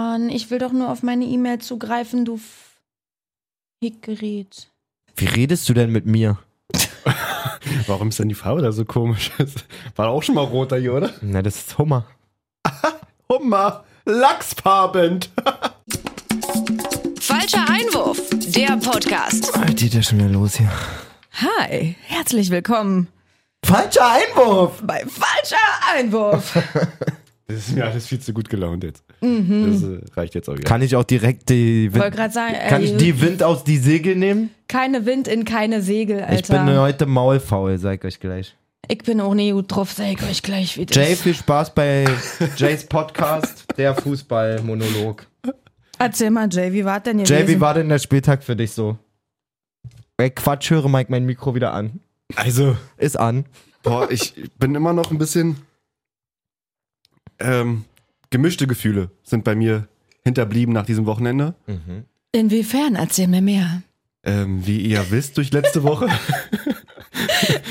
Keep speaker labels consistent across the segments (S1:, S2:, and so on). S1: Mann, ich will doch nur auf meine E-Mail zugreifen, du F Hickgerät.
S2: Wie redest du denn mit mir?
S3: Warum ist denn die Farbe da so komisch? War auch schon mal roter hier, oder?
S2: Na, das ist Hummer.
S3: Hummer! Lachsfarbend!
S4: Falscher Einwurf, der Podcast.
S2: Was geht ja schon wieder los hier?
S1: Hi, herzlich willkommen
S2: Falscher Einwurf!
S1: bei Falscher Einwurf.
S3: Das ist mir alles viel zu gut gelaunt jetzt. Das äh, reicht jetzt auch wieder.
S2: Kann ich auch direkt die
S1: Ich wollte
S2: Wind,
S1: gerade sagen, ey,
S2: kann ich die Wind aus die Segel nehmen?
S1: keine Wind in keine Segel,
S2: Ich bin
S1: Alter.
S2: heute maulfaul, sag ich euch gleich.
S1: Ich bin, auch nie gut drauf, sag ich euch gleich wieder.
S2: Jay, viel Spaß bei Jays Podcast, der Fußballmonolog.
S1: Erzähl mal, Jay, wie war denn gewesen?
S2: Jay, wie war denn der Spieltag für dich so? Ey, Quatsch, höre Mike mein Mikro wieder an.
S3: Also,
S2: Ist an.
S3: boah, ich bin immer noch ein bisschen. Ähm, gemischte Gefühle sind bei mir hinterblieben nach diesem Wochenende.
S1: Inwiefern? Erzähl mir mehr.
S3: Ähm, wie ihr wisst, durch letzte Woche.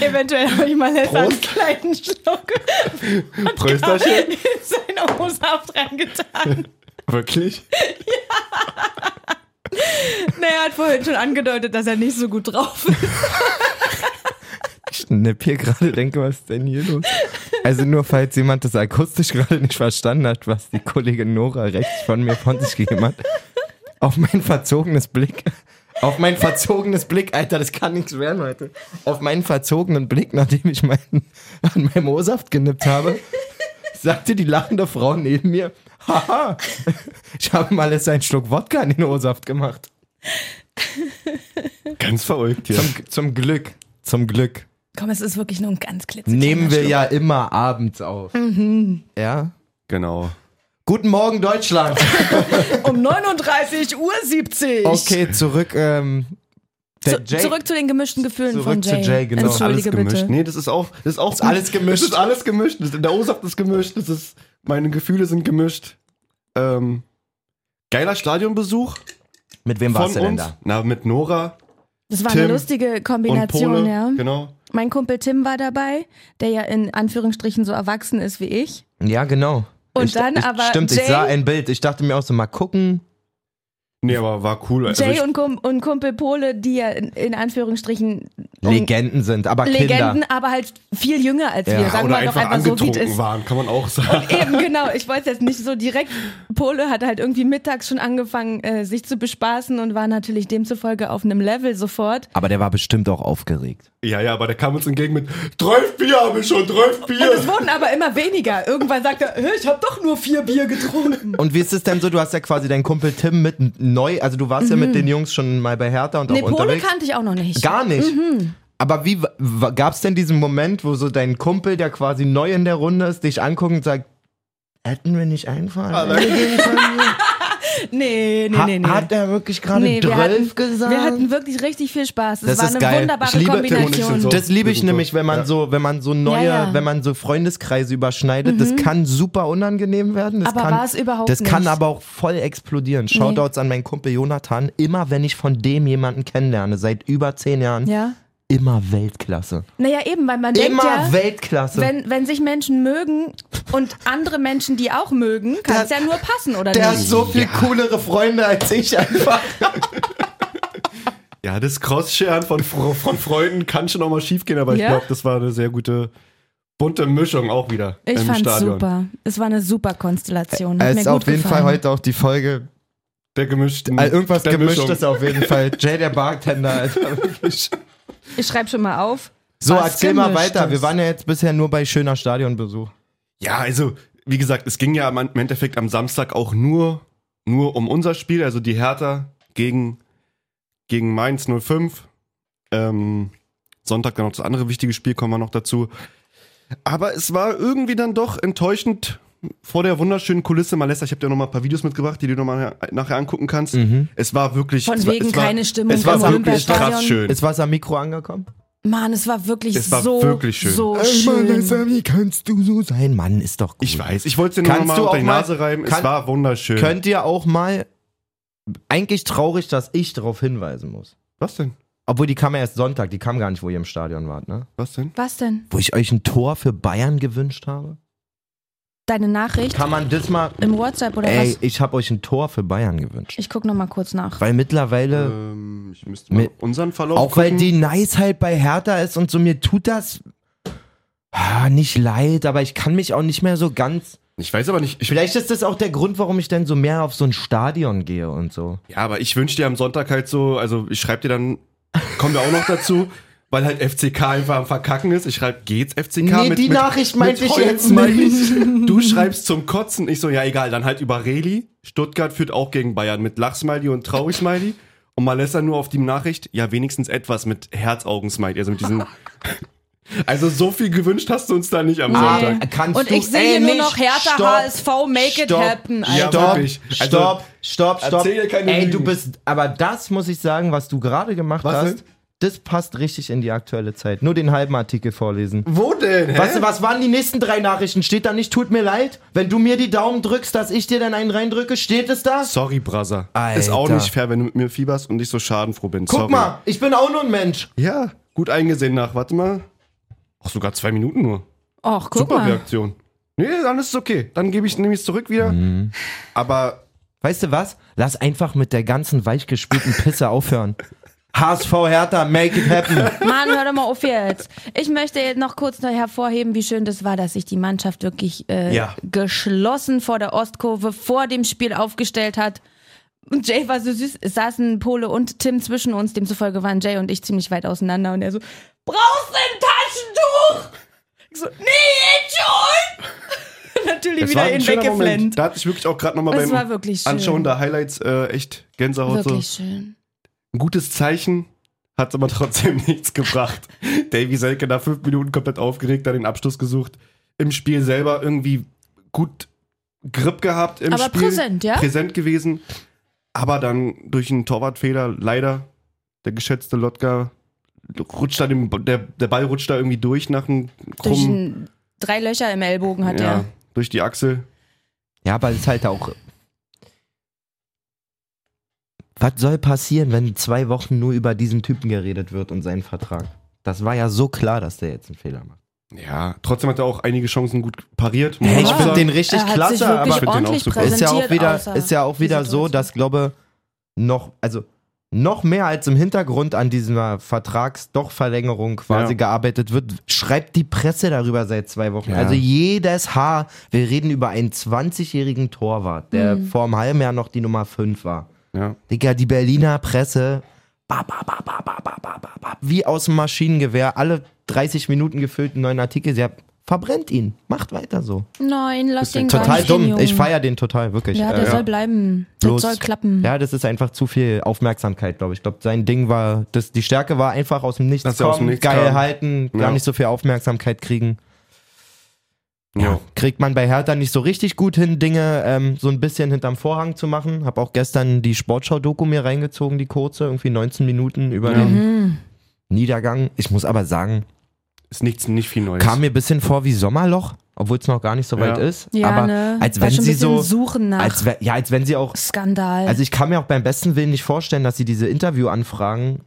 S1: Eventuell habe ich mal letzter einen
S3: Prost.
S1: kleinen Schluck
S3: Prösterchen.
S1: in seine Hosenhaft reingetan.
S3: Wirklich?
S1: Naja, er hat vorhin schon angedeutet, dass er nicht so gut drauf ist.
S2: Ich schnipp hier gerade, denke, was ist denn hier los? Also nur, falls jemand das akustisch gerade nicht verstanden hat, was die Kollegin Nora rechts von mir von sich gegeben hat. Auf mein verzogenes Blick. Auf mein verzogenes Blick, Alter, das kann nichts werden heute. Auf meinen verzogenen Blick, nachdem ich meinen, an meinem O-Saft genippt habe, sagte die lachende Frau neben mir, haha, ich habe mal jetzt einen Schluck Wodka in den O-Saft gemacht.
S3: Ganz verrückt hier.
S2: Zum, zum Glück. Zum Glück.
S1: Komm, es ist wirklich nur ein ganz klitzekleiner
S2: Nehmen wir
S1: Schluck.
S2: ja immer abends auf.
S1: Mhm.
S2: Ja.
S3: Genau.
S2: Guten Morgen, Deutschland.
S1: Um 39.70 Uhr.
S2: Okay, zurück. Ähm, der
S1: Zu,
S2: Jay-
S1: zurück zu den gemischten Gefühlen
S2: Zurück
S1: von
S2: zu
S1: Jay.
S2: Jay, genau.
S1: Entschuldige
S3: alles gemischt.
S1: bitte.
S3: Nee, das ist auch, das ist auch
S2: Ist alles gemischt.
S3: Das ist alles gemischt. Das, der O-Saft ist gemischt. Das ist, meine Gefühle sind gemischt. Ähm, geiler Stadionbesuch
S2: Mit wem
S3: von
S2: warst
S3: uns.
S2: du denn da?
S3: Na, mit Nora
S1: Das war
S3: Tim
S1: eine lustige
S3: und
S1: Kombination,
S3: Pole.
S1: ja.
S3: Genau.
S1: Mein Kumpel Tim war dabei, der ja in Anführungsstrichen so erwachsen ist wie ich.
S2: Ja, genau.
S1: Und
S2: ich,
S1: dann
S2: ich,
S1: aber
S2: Stimmt,
S1: Jay,
S2: ich sah ein Bild. Ich dachte mir auch so, mal gucken.
S3: Nee, aber war cool. Also
S1: Jay
S3: ich,
S1: und, Kum und Kumpel Pole, die ja in, in Anführungsstrichen um-
S2: Legenden sind, aber
S1: Legenden,
S2: Kinder.
S1: aber halt viel jünger als
S2: Ja,
S1: wir.
S3: ja,
S1: Sagen
S3: oder
S1: wir doch
S3: einfach
S1: einfach so, wie es
S3: angetrunken
S1: ist.
S3: waren, kann man auch sagen.
S1: Eben, genau. Ich wollte jetzt nicht so direkt. Pole hat halt irgendwie mittags schon angefangen, äh, sich zu bespaßen und war natürlich demzufolge auf einem Level sofort.
S2: Aber der war bestimmt auch aufgeregt.
S3: Ja, ja, aber der kam uns entgegen mit 12 Bier habe ich schon,
S1: Und
S3: 12
S1: es
S3: Bier.
S1: wurden aber immer weniger. Irgendwann sagt er, "Hä, ich habe doch nur vier Bier getrunken.
S2: Und wie ist es denn so? Du hast ja quasi deinen Kumpel Tim mit n- neu, also du warst ja mit den Jungs schon mal bei Hertha und
S1: Mhm. Nee,
S2: auch
S1: Pole
S2: unterwegs.
S1: kannte ich auch noch nicht.
S2: Gar nicht.
S1: Mhm.
S2: Aber wie gab es denn diesen Moment, wo so dein Kumpel, der quasi neu in der Runde ist, dich anguckt und sagt, hätten wir nicht einfahren?
S1: nee, nee,
S2: Ha-
S1: nee, nee.
S2: Hat er wirklich gerade
S1: Nee, wir hatten,
S2: Drölf gesagt?
S1: wir hatten wirklich richtig viel Spaß. Es
S2: Das
S1: war
S2: ist
S1: eine
S2: geil.
S1: wunderbare
S2: Ich liebe
S3: Tim und ich
S1: Kombination.
S3: sind so.
S2: das liebe ich
S3: Irgendwo.
S2: nämlich, wenn man
S3: Ja.
S2: so, wenn man so neue,
S1: Ja, ja.
S2: wenn man so Freundeskreise überschneidet, das kann super unangenehm werden. Das
S1: Aber
S2: kann,
S1: war es überhaupt
S2: Das kann
S1: nicht.
S2: aber auch voll explodieren. Shoutouts an meinen Kumpel Jonathan. Immer wenn ich von dem jemanden kennenlerne, seit über zehn Jahren,
S1: Ja.
S2: immer Weltklasse.
S1: Naja, eben, weil man denkt
S2: Immer
S1: ja,
S2: Weltklasse.
S1: wenn, wenn sich Menschen mögen und andere Menschen, die auch mögen, kann
S2: Der-
S1: es ja nur passen, oder
S2: der
S1: nicht?
S2: hat so viel coolere Freunde als ich einfach.
S3: Ja, das Cross-Sharen von, Fro- von Freunden kann schon auch mal schief gehen, aber ich
S1: Ja?
S3: glaube, das war eine sehr gute, bunte Mischung auch wieder
S1: Ich
S3: im
S1: fand's
S3: Stadion.
S1: super. Es war eine super Konstellation. Hat
S2: Es
S1: mir
S2: ist
S1: gut
S2: auf jeden Fall
S1: gefallen.
S2: heute auch die Folge.
S3: Der gemischten.
S2: Also irgendwas
S3: der Mischung.
S2: gemischtes auf jeden Fall. Jay der Bartender, Alter, wirklich.
S1: Ich schreibe schon mal auf.
S2: So,
S1: Was
S2: erzähl mal
S1: gemischtes.
S2: weiter. Wir waren ja jetzt bisher nur bei schöner Stadionbesuch.
S3: Ja, also, wie gesagt, es ging ja am- im Endeffekt am Samstag auch nur, nur um unser Spiel, also die Hertha gegen, gegen Mainz 05. Ähm, Sonntag dann noch das andere wichtige Spiel, kommen wir noch dazu. Aber es war irgendwie dann doch enttäuschend vor der wunderschönen Kulisse. Malessa, ich habe dir noch mal ein paar Videos mitgebracht, die du dir noch mal nachher angucken kannst.
S2: Mhm.
S3: Es war wirklich.
S1: Von
S3: es war,
S1: wegen
S3: es war,
S1: keine Stimmung
S3: Es war
S1: im
S3: wirklich
S1: Olympiastadion.
S3: krass schön.
S2: Ist was am Mikro angekommen?
S1: Mann, es war wirklich
S3: Es war
S1: so,
S3: wirklich schön.
S1: so schön.
S2: wie kannst du so sein? Mann, ist doch gut.
S3: ich weiß, ich wollte es dir nur noch
S2: Kannst
S3: mal
S2: du
S3: unter
S2: auch
S3: die
S2: mal-
S3: Nase reiben.
S2: kann-
S3: es war wunderschön.
S2: Könnt ihr auch mal. Eigentlich traurig, dass ich darauf hinweisen muss.
S3: was denn?
S2: Obwohl, die kam ja erst Sonntag, die kam gar nicht, wo ihr im Stadion wart, ne?
S3: Was denn?
S1: Was denn?
S2: Wo ich euch ein Tor für Bayern gewünscht habe.
S1: deine Nachricht
S2: Kann man das mal.
S1: im WhatsApp oder
S2: Ey,
S1: was?
S2: ich habe euch ein Tor für Bayern gewünscht.
S1: Ich guck noch mal kurz nach.
S2: Weil mittlerweile,
S3: Ähm, ich müsste mal
S2: Mit-
S3: unseren Verlauf
S2: auch weil die Nice halt bei Hertha ist und so, mir tut das ah, nicht leid, aber ich kann mich auch nicht mehr so ganz.
S3: Ich weiß aber nicht. Ich,
S2: Vielleicht ist das auch der Grund, warum ich dann so mehr auf so ein Stadion gehe und so.
S3: ja, aber ich wünsche dir am Sonntag halt so, also ich schreibe dir dann, kommen wir auch noch dazu, weil halt FCK einfach am Verkacken ist. Ich schreibe, geht's FCK?
S2: Nee, die Nachricht meinte ich
S3: Holz
S2: jetzt
S3: meine
S2: nicht.
S3: ich. Du schreibst zum Kotzen. Ich so, ja egal, dann halt über Reli. Stuttgart führt auch gegen Bayern mit Lachsmiley und Traurig-Smiley. Und Malessa nur auf die Nachricht, ja wenigstens etwas mit Herzaugen-Smiley. Also mit diesen... Also so viel gewünscht hast du uns da nicht am Sonntag.
S2: Kannst
S1: Ah, Und
S2: du-
S1: ich sehe
S2: Ey,
S1: hier nur
S2: nicht,
S1: noch Hertha,
S2: stopp,
S1: HSV, make it
S2: stopp,
S1: happen, Alter.
S3: Ja,
S2: Stopp,
S3: wirklich. Also,
S2: stopp, stopp, stopp.
S3: erzähl dir keine
S2: Ey, du
S3: Lügen.
S2: bist, aber das muss ich sagen, was du gerade gemacht
S3: Was
S2: hast,
S3: denn?
S2: das passt richtig in die aktuelle Zeit. Nur den halben Artikel vorlesen.
S3: Wo denn? Hä?
S2: Weißt du, was waren die nächsten drei Nachrichten? Steht da nicht, tut mir leid? Wenn du mir die Daumen drückst, dass ich dir dann einen reindrücke, steht es da?
S3: Sorry, Brother.
S2: Alter.
S3: Ist auch nicht fair, wenn du mit mir fieberst und ich so schadenfroh bin.
S2: Guck
S3: Sorry.
S2: mal, ich bin auch nur ein Mensch.
S3: Ja, gut eingesehen nach. Warte mal. Ach, sogar zwei Minuten nur.
S1: Och, guck
S3: Super
S1: mal.
S3: Reaktion. Nee, dann ist es okay. Dann gebe ich nehme ich es zurück wieder.
S1: Mhm.
S3: Aber
S2: Weißt du was? Lass einfach mit der ganzen weichgespülten Pisse aufhören. HSV Hertha, make it happen.
S1: Mann, hör doch mal auf jetzt. Ich möchte jetzt noch kurz noch hervorheben, wie schön das war, dass sich die Mannschaft wirklich äh,
S2: Ja.
S1: geschlossen vor der Ostkurve vor dem Spiel aufgestellt hat. Und Jay war so süß, es saßen Pole und Tim zwischen uns, demzufolge waren Jay und ich ziemlich weit auseinander und er so, brauchst du ein Taschentuch? Ich so, nee, jetzt schon! Natürlich
S3: es war
S1: wieder
S3: ein
S1: ihn
S3: schöner
S1: weggeflennt.
S3: Moment. Da hatte ich wirklich auch gerade nochmal
S1: Es
S3: beim
S1: war wirklich schön.
S3: Anschauen der Highlights äh, echt Gänsehaut. So.
S1: Wirklich schön.
S3: Ein gutes Zeichen, hat aber trotzdem nichts gebracht. Davy Selke nach fünf Minuten komplett aufgeregt, hat den Abschluss gesucht. Im Spiel selber irgendwie gut Grip gehabt im
S1: Aber
S3: Spiel.
S1: präsent, ja?
S3: Präsent gewesen. Aber dann durch einen Torwartfehler leider der geschätzte Lotka rutscht da dem, der, der Ball rutscht da irgendwie durch nach einem
S1: Durch
S3: krummen
S1: ein, drei Löcher im Ellbogen hat
S3: ja,
S1: er.
S3: durch die Achsel.
S2: Ja, aber es ist halt auch. Was soll passieren, wenn zwei Wochen nur über diesen Typen geredet wird und seinen Vertrag? Das war ja so klar, dass der jetzt einen Fehler macht.
S3: Ja, trotzdem hat er auch einige Chancen gut pariert. muss
S2: Hey,
S3: man
S2: ich
S3: auch
S2: finde
S3: sagen.
S2: den richtig
S1: er hat sich
S2: klasse,
S1: wirklich
S2: aber
S3: Ich find den auch
S1: ordentlich
S3: super.
S2: ist ja
S1: präsentiert.
S2: auch wieder,
S1: außer
S2: ist ja auch
S1: die
S2: wieder so,
S1: Situation.
S2: dass glaube noch, also noch mehr als im Hintergrund an dieser Vertragsdochverlängerung quasi
S3: Ja.
S2: gearbeitet wird, schreibt die Presse darüber seit zwei Wochen.
S3: Ja.
S2: Also jedes Haar, wir reden über einen 20-jährigen Torwart, der
S1: Mhm.
S2: vor einem halben Jahr noch die Nummer 5 war.
S3: Ja.
S2: Digga, die Berliner Presse, ba, ba, ba, ba, ba, ba, ba, ba, ba, wie aus dem Maschinengewehr, alle 30 Minuten gefüllt einen neuen Artikel. Sie hat, verbrennt ihn, macht weiter so.
S1: Nein, lass den gar
S2: Total
S1: nicht, den
S2: dumm, ich
S1: Jungen.
S2: feier den total, wirklich.
S1: Ja, der
S2: Äh,
S1: soll bleiben. Das
S2: bloß-
S1: soll klappen.
S2: Ja, das ist einfach zu viel Aufmerksamkeit, glaube ich. Ich glaube, sein Ding war, das, die Stärke war einfach aus dem Nichts
S3: Dass er
S2: kommen,
S3: aus dem Nichts
S2: geil
S3: kam.
S2: halten, gar
S3: Ja.
S2: nicht so viel Aufmerksamkeit kriegen.
S3: Ja.
S2: Kriegt man bei Hertha nicht so richtig gut hin, Dinge ähm, so ein bisschen hinterm Vorhang zu machen. Hab auch gestern die Sportschau-Doku mir reingezogen, die kurze, irgendwie 19 Minuten über
S3: Ja.
S2: den
S1: Mhm.
S2: Niedergang. Ich muss aber sagen,
S3: Ist nichts, nicht viel Neues.
S2: kam mir ein bisschen vor wie Sommerloch, obwohl es noch gar nicht so
S3: Ja.
S2: weit ist.
S1: Ja,
S2: aber
S1: ne?
S2: als
S1: War
S2: wenn
S1: schon ein
S2: sie
S1: bisschen
S2: so.
S1: Suchen nach
S2: Als we ja, als wenn sie auch
S1: Skandal.
S2: Also ich kann mir auch beim besten Willen nicht vorstellen, dass sie diese Interviewanfragen,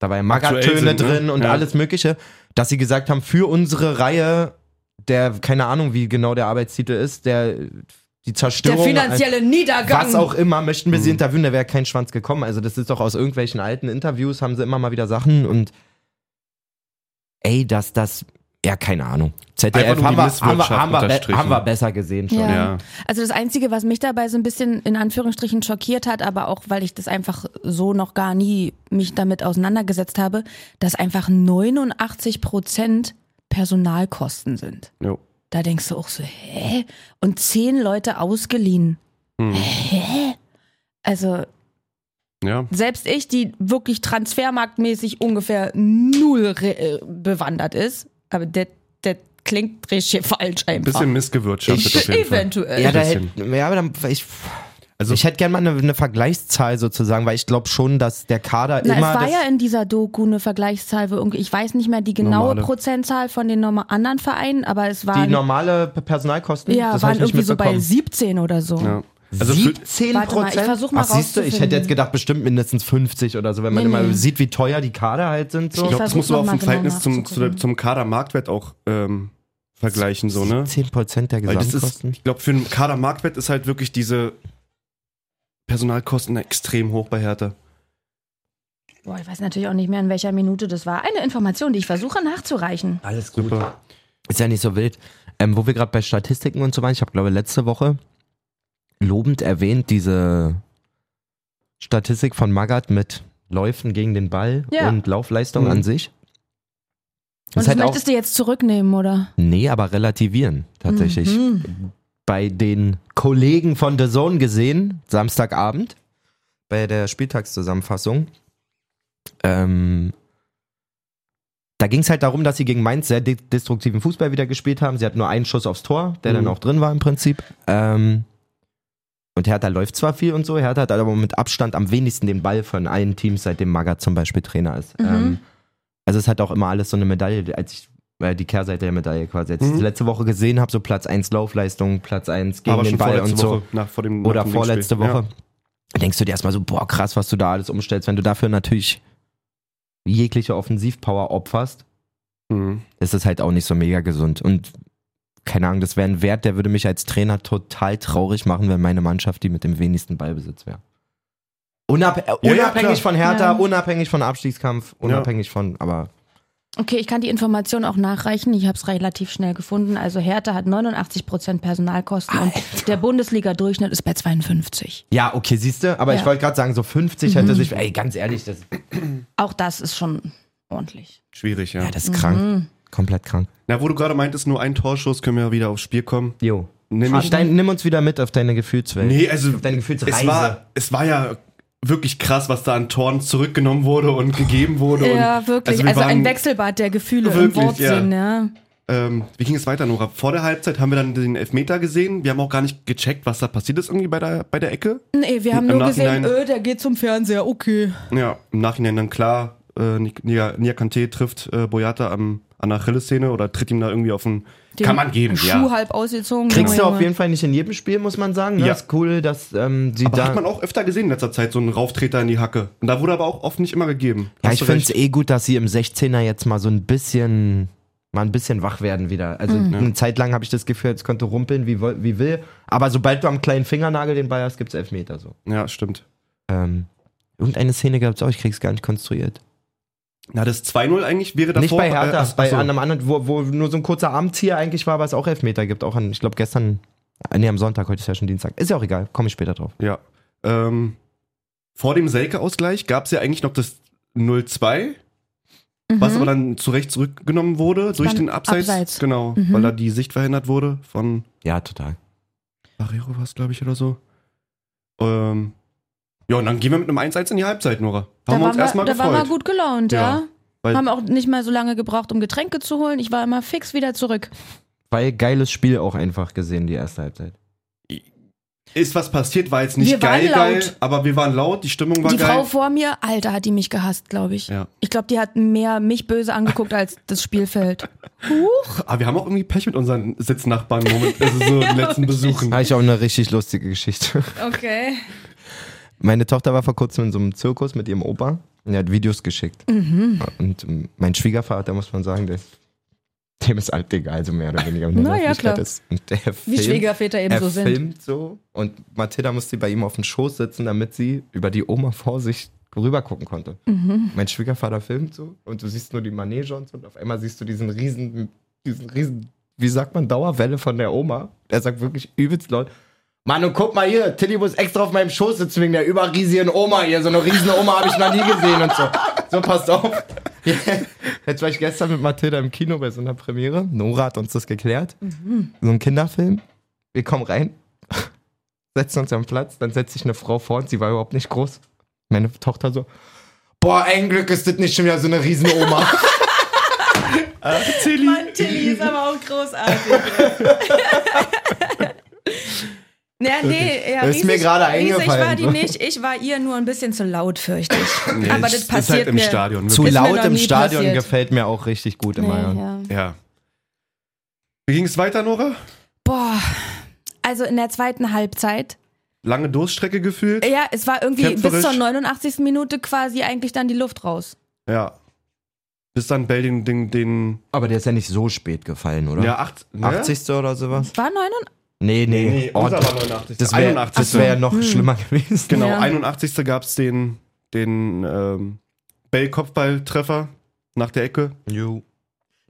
S2: da waren
S3: Aktuell
S2: Magertöne
S3: sind, ne?
S2: drin und
S3: Ja.
S2: alles mögliche, dass sie gesagt haben, für unsere Reihe, der, keine Ahnung, wie genau der Arbeitstitel ist, der die
S1: der
S2: Zerstörung.
S1: finanzielle Niedergang.
S2: was auch immer, möchten wir sie
S3: Mhm.
S2: interviewen, da wäre kein Schwanz gekommen. Also das ist doch aus irgendwelchen alten Interviews, haben sie immer mal wieder Sachen und ey, dass das, ja, keine Ahnung. ZDF
S3: Einfach nur
S2: haben wir,
S3: die
S2: haben, wir,
S3: Misswirtschaft
S2: haben, wir, be-
S3: unterstrichen.
S2: haben wir besser gesehen schon.
S1: Ja.
S3: Ja.
S1: Also das Einzige, was mich dabei so ein bisschen in Anführungsstrichen schockiert hat, aber auch weil ich das einfach so noch gar nie mich damit auseinandergesetzt habe, dass einfach 89 Prozent Personalkosten sind.
S3: Jo.
S1: Da denkst du auch so, hä? Und zehn Leute ausgeliehen.
S3: Hm.
S1: Hä? Also
S3: Ja.
S1: selbst ich, die wirklich transfermarktmäßig ungefähr null re- äh, bewandert ist, aber das das klingt richtig falsch
S3: Ein
S1: einfach.
S3: bisschen missgewirtschaftet
S2: Ich-
S3: auf jeden Fall.
S1: Eventuell.
S2: Ja, da
S3: bisschen.
S2: hätte, ja, aber dann, ich,
S3: Also-
S2: ich hätte gerne mal eine, eine Vergleichszahl sozusagen, weil ich glaube schon, dass der Kader
S1: Na, es
S2: immer.
S1: war
S2: das,
S1: ja in dieser Doku eine Vergleichszahl, wo irgendwie- ich weiß nicht mehr die genaue
S3: Normale.
S1: Prozentzahl von den norma- anderen Vereinen, aber es
S2: die
S1: waren,
S2: normale P- Personalkosten,
S1: ja,
S2: das hab
S1: waren
S2: ich nicht
S1: irgendwie so bei
S2: mitbekommen.
S1: 17 oder so.
S3: Ja.
S2: Oh.
S3: Also für,
S2: 17
S1: Warte mal, ich versuch mal
S2: Ach, siehst du, ich hätte
S1: rauszufinden.
S2: jetzt gedacht, bestimmt mindestens 50 oder so, wenn man
S1: Nee,
S2: immer
S1: nee.
S2: sieht, wie teuer die Kader halt sind. So.
S3: Ich glaube, das
S1: versuch's
S3: muss man
S1: noch
S3: auf
S1: mal
S3: dem
S1: genau
S3: Verhältnis zum, zu,
S1: nachzugucken.
S3: zum Kadermarktwert auch ähm, vergleichen, so, ne?
S2: 10% der
S3: Weil das ist,
S2: Gesamtkosten.
S3: ich glaube, für einen Kader Marktwert ist halt wirklich diese Personalkosten extrem hoch bei Hertha.
S1: Boah, ich weiß natürlich auch nicht mehr, in welcher Minute das war. Eine Information, die ich versuche nachzureichen.
S2: Alles
S3: Super.
S2: Ist ja nicht so wild. Ähm, wo wir gerade bei Statistiken und so waren, ich habe glaube letzte Woche lobend erwähnt diese Statistik von Magath mit Läufen gegen den Ball
S1: Ja.
S2: und Laufleistung
S3: Mhm.
S2: an sich.
S1: Und
S2: Ist
S1: das
S2: halt auch,
S1: möchtest du jetzt zurücknehmen, oder?
S2: nee, aber relativieren tatsächlich.
S1: Mhm.
S2: Bei den Kollegen von The Zone gesehen, Samstagabend, bei der Spieltagszusammenfassung, ähm, da ging es halt darum, dass sie gegen Mainz sehr de destruktiven Fußball wieder gespielt haben. Sie hatten nur einen Schuss aufs Tor, der dann
S3: Mhm.
S2: auch drin war im Prinzip. Ähm, und Hertha läuft zwar viel und so, Hertha hat aber mit Abstand am wenigsten den Ball von allen Teams, seitdem Magath zum Beispiel Trainer ist.
S1: Mhm.
S2: Ähm, also es hat auch immer alles so eine Medaille, als ich äh, die Kehrseite der Medaille quasi. Als ich
S3: Mhm.
S2: das letzte Woche gesehen habe, so Platz 1 Laufleistung, Platz 1 gegen
S3: Aber
S2: den
S3: schon
S2: Ball
S3: vorletzte
S2: und so
S3: Woche, nach, vor dem, nach
S2: oder
S3: dem
S2: vorletzte
S3: Dingspiel.
S2: Woche, denkst du dir erstmal so, boah, krass, was du da alles umstellst, wenn du dafür natürlich jegliche Offensivpower opferst,
S3: Ja. Mhm.
S2: ist es halt auch nicht so mega gesund. Und keine Ahnung, das wäre ein Wert, der würde mich als Trainer total traurig machen, wenn meine Mannschaft die mit dem wenigsten Ballbesitz wäre. Unab
S3: ja,
S2: unabhängig
S3: klar.
S2: von Hertha,
S1: Ja.
S2: unabhängig von Abstiegskampf, unabhängig von, aber
S1: Okay, ich kann die Information auch nachreichen. Ich habe es relativ schnell gefunden. Also Hertha hat 89% Personalkosten und der Bundesliga-Durchschnitt ist bei 52.
S2: ja, Mhm. okay, siehst du, aber
S1: Ja.
S2: ich wollte gerade sagen, so 50 hätte sich, ey, ganz ehrlich, das,
S1: Auch das ist schon ordentlich.
S3: Schwierig, ja.
S2: ja, das ist krank,
S1: Mhm.
S2: komplett krank.
S3: Na, wo du gerade meintest, nur ein Torschuss, können wir wieder aufs Spiel kommen.
S2: Jo.
S3: Nämlich,
S2: Dein, nimm uns wieder mit auf deine Gefühlswelt.
S3: nee, also,
S2: deine Gefühlsreise.
S3: es war, es war ja wirklich krass, was da an Toren zurückgenommen wurde und gegeben wurde.
S1: Ja,
S3: und,
S1: wirklich.
S3: wir
S1: Also,
S3: waren,
S1: ein Wechselbad der Gefühle im
S3: Wirklich,
S1: Wortsinn, ja.
S3: Ähm, wie ging es weiter, Nora? Vor der Halbzeit haben wir dann den Elfmeter gesehen. Wir haben auch gar nicht gecheckt, was da passiert ist irgendwie bei der, bei der Ecke.
S1: Nee, wir haben
S3: Im
S1: nur gesehen,
S3: Nachhinein-
S1: öh, der geht zum Fernseher, okay.
S3: Ja, im Nachhinein dann klar, äh, Nia Nia Kanté trifft äh, Boyata am, an der Achillessehne oder tritt ihm da irgendwie auf den... kann man geben,
S1: Schuh
S3: ja.
S1: halb ausgezogen.
S2: Kriegst
S1: Junge,
S2: du auf
S1: Junge.
S2: jeden Fall nicht in jedem Spiel, muss man sagen. Ne?
S3: Ja.
S2: Ist cool, dass ähm, sie
S3: Aber
S2: da.
S3: hat man auch öfter gesehen in letzter Zeit, so einen Rauftreter in die Hacke. Und da wurde aber auch oft nicht immer gegeben.
S2: ja,
S3: Hast
S2: ich
S3: du
S2: finde es
S3: recht.
S2: eh gut, dass sie im 16er jetzt mal so ein bisschen, mal ein bisschen wach werden wieder. Also eine Zeit lang habe ich das Gefühl, jetzt konnte rumpeln, wie, woll- wie will. Aber sobald du am kleinen Fingernagel den Ball hast, gibt's Elfmeter so.
S3: Ja, stimmt.
S2: Ähm, irgendeine Szene gab's auch, ich krieg's gar nicht konstruiert.
S3: Na, das 2-0 eigentlich wäre davor...
S2: nicht bei
S3: äh,
S2: Hertha,
S3: ach,
S2: bei
S3: achso.
S2: einem anderen, wo, wo nur so ein kurzer Armzieher eigentlich war, aber es auch Elfmeter gibt. Auch an, ich glaube gestern, äh, nee, am Sonntag, heute ist ja schon Dienstag. Ist ja auch egal, komme ich später drauf.
S3: Ja. Ähm, vor dem Selke-Ausgleich gab es ja eigentlich noch das 0-2, was aber dann zu Recht zurückgenommen wurde durch
S1: war
S3: den Abseits.
S1: Mhm. Abseits.
S3: Genau,
S1: Mhm.
S3: weil da die Sicht verhindert wurde von
S2: Ja, total.
S3: Barrero war es, glaube ich, oder so. Ähm, ja, und dann gehen wir mit einem 1-1 in die Halbzeit, Nora.
S1: Da
S3: Haben wir uns
S1: waren wir-
S3: erstmal
S1: Da waren wir
S3: gefreut.
S1: gut gelaunt, ja.
S3: Ja, weil-
S1: haben auch nicht mal so lange gebraucht, um Getränke zu holen. Ich war immer fix wieder zurück.
S2: Weil geiles Spiel auch einfach gesehen, die erste Halbzeit.
S3: Ist was passiert, war jetzt nicht
S1: Wir waren
S3: geil, geil,
S1: laut.
S3: aber wir waren laut, die Stimmung war
S1: die
S3: geil.
S1: Frau vor mir, Alter, hat die mich gehasst, glaube ich.
S3: Ja.
S1: Ich glaube, die hat mehr mich böse angeguckt als das Spielfeld.
S3: aber wir haben auch irgendwie Pech mit unseren Sitznachbarn moment, also so den letzten Besuchen.
S2: Habe ich auch eine richtig lustige Geschichte.
S1: Okay.
S2: Meine Tochter war vor kurzem in so einem Zirkus mit ihrem Opa und er hat Videos geschickt.
S1: Mhm.
S2: Und ähm, mein Schwiegervater, muss man sagen, der, dem ist halt egal, so mehr oder weniger. wenn der
S1: Na ja,
S2: Öffentlichkeit
S1: klar.
S2: Ist. Und der
S1: Wie
S2: filmt-
S1: Schwiegerväter eben
S2: er
S1: so sind.
S2: filmt so und Mathilda musste bei ihm auf den Schoß sitzen, damit sie über die Oma vor sich rüber gucken konnte.
S1: Mhm.
S2: Mein Schwiegervater filmt so und du siehst nur die Manege und so und auf einmal siehst du diesen riesen, diesen riesen, wie sagt man, Dauerwelle von der Oma. Der sagt wirklich übelst laut, Mann, und guck mal hier, Tilly muss extra auf meinem Schoß sitzen wegen der überriesigen Oma hier. So eine riesige Oma habe ich noch nie gesehen und so. So, passt auf. Jetzt war ich gestern mit Mathilda im Kino bei so einer Premiere. Nora hat uns das geklärt. So ein Kinderfilm. Wir kommen rein, setzen uns am Platz, dann setzt sich eine Frau vor und sie war überhaupt nicht groß. Meine Tochter so, boah, ein Glück ist das nicht schon wieder so eine riesen Oma.
S1: Mann, Tilly ist aber auch großartig. Ja, nee, ja,
S2: Ist mir
S1: riesig-
S2: gerade
S1: riesig war
S2: eingefallen.
S1: die nicht. Ich war ihr nur ein bisschen zu laut, fürchte ich.
S3: Nee,
S1: aber das
S3: ist
S1: passiert
S3: halt im
S1: mir.
S3: Stadion.
S2: Zu
S1: mir
S3: wirklich.
S1: noch
S2: laut im
S1: nie
S2: Stadion
S1: passiert.
S2: gefällt mir auch richtig gut
S1: Nee,
S2: immer. ja.
S1: ja.
S3: Ja. Wie ging es weiter, Nora?
S1: Boah. Also in der zweiten Halbzeit.
S3: Lange Durststrecke gefühlt?
S1: Ja, es war irgendwie bis
S3: Kämpferisch.
S1: zur 89. Minute quasi eigentlich dann die Luft raus.
S3: Ja. bis dann Bell den, den, den
S2: Aber der ist ja nicht so spät gefallen, oder?
S3: ja, acht, ne?
S2: 80. oder sowas?
S1: War 9
S2: Nee, nee.
S3: Nee,
S2: Oh,
S3: unser war 89.
S2: das wäre
S3: 81.
S2: das wär ja noch schlimmer gewesen.
S3: Genau,
S1: Ja.
S3: 81. gab es den, den ähm, Bell-Kopfballtreffer nach der Ecke.
S2: Jo.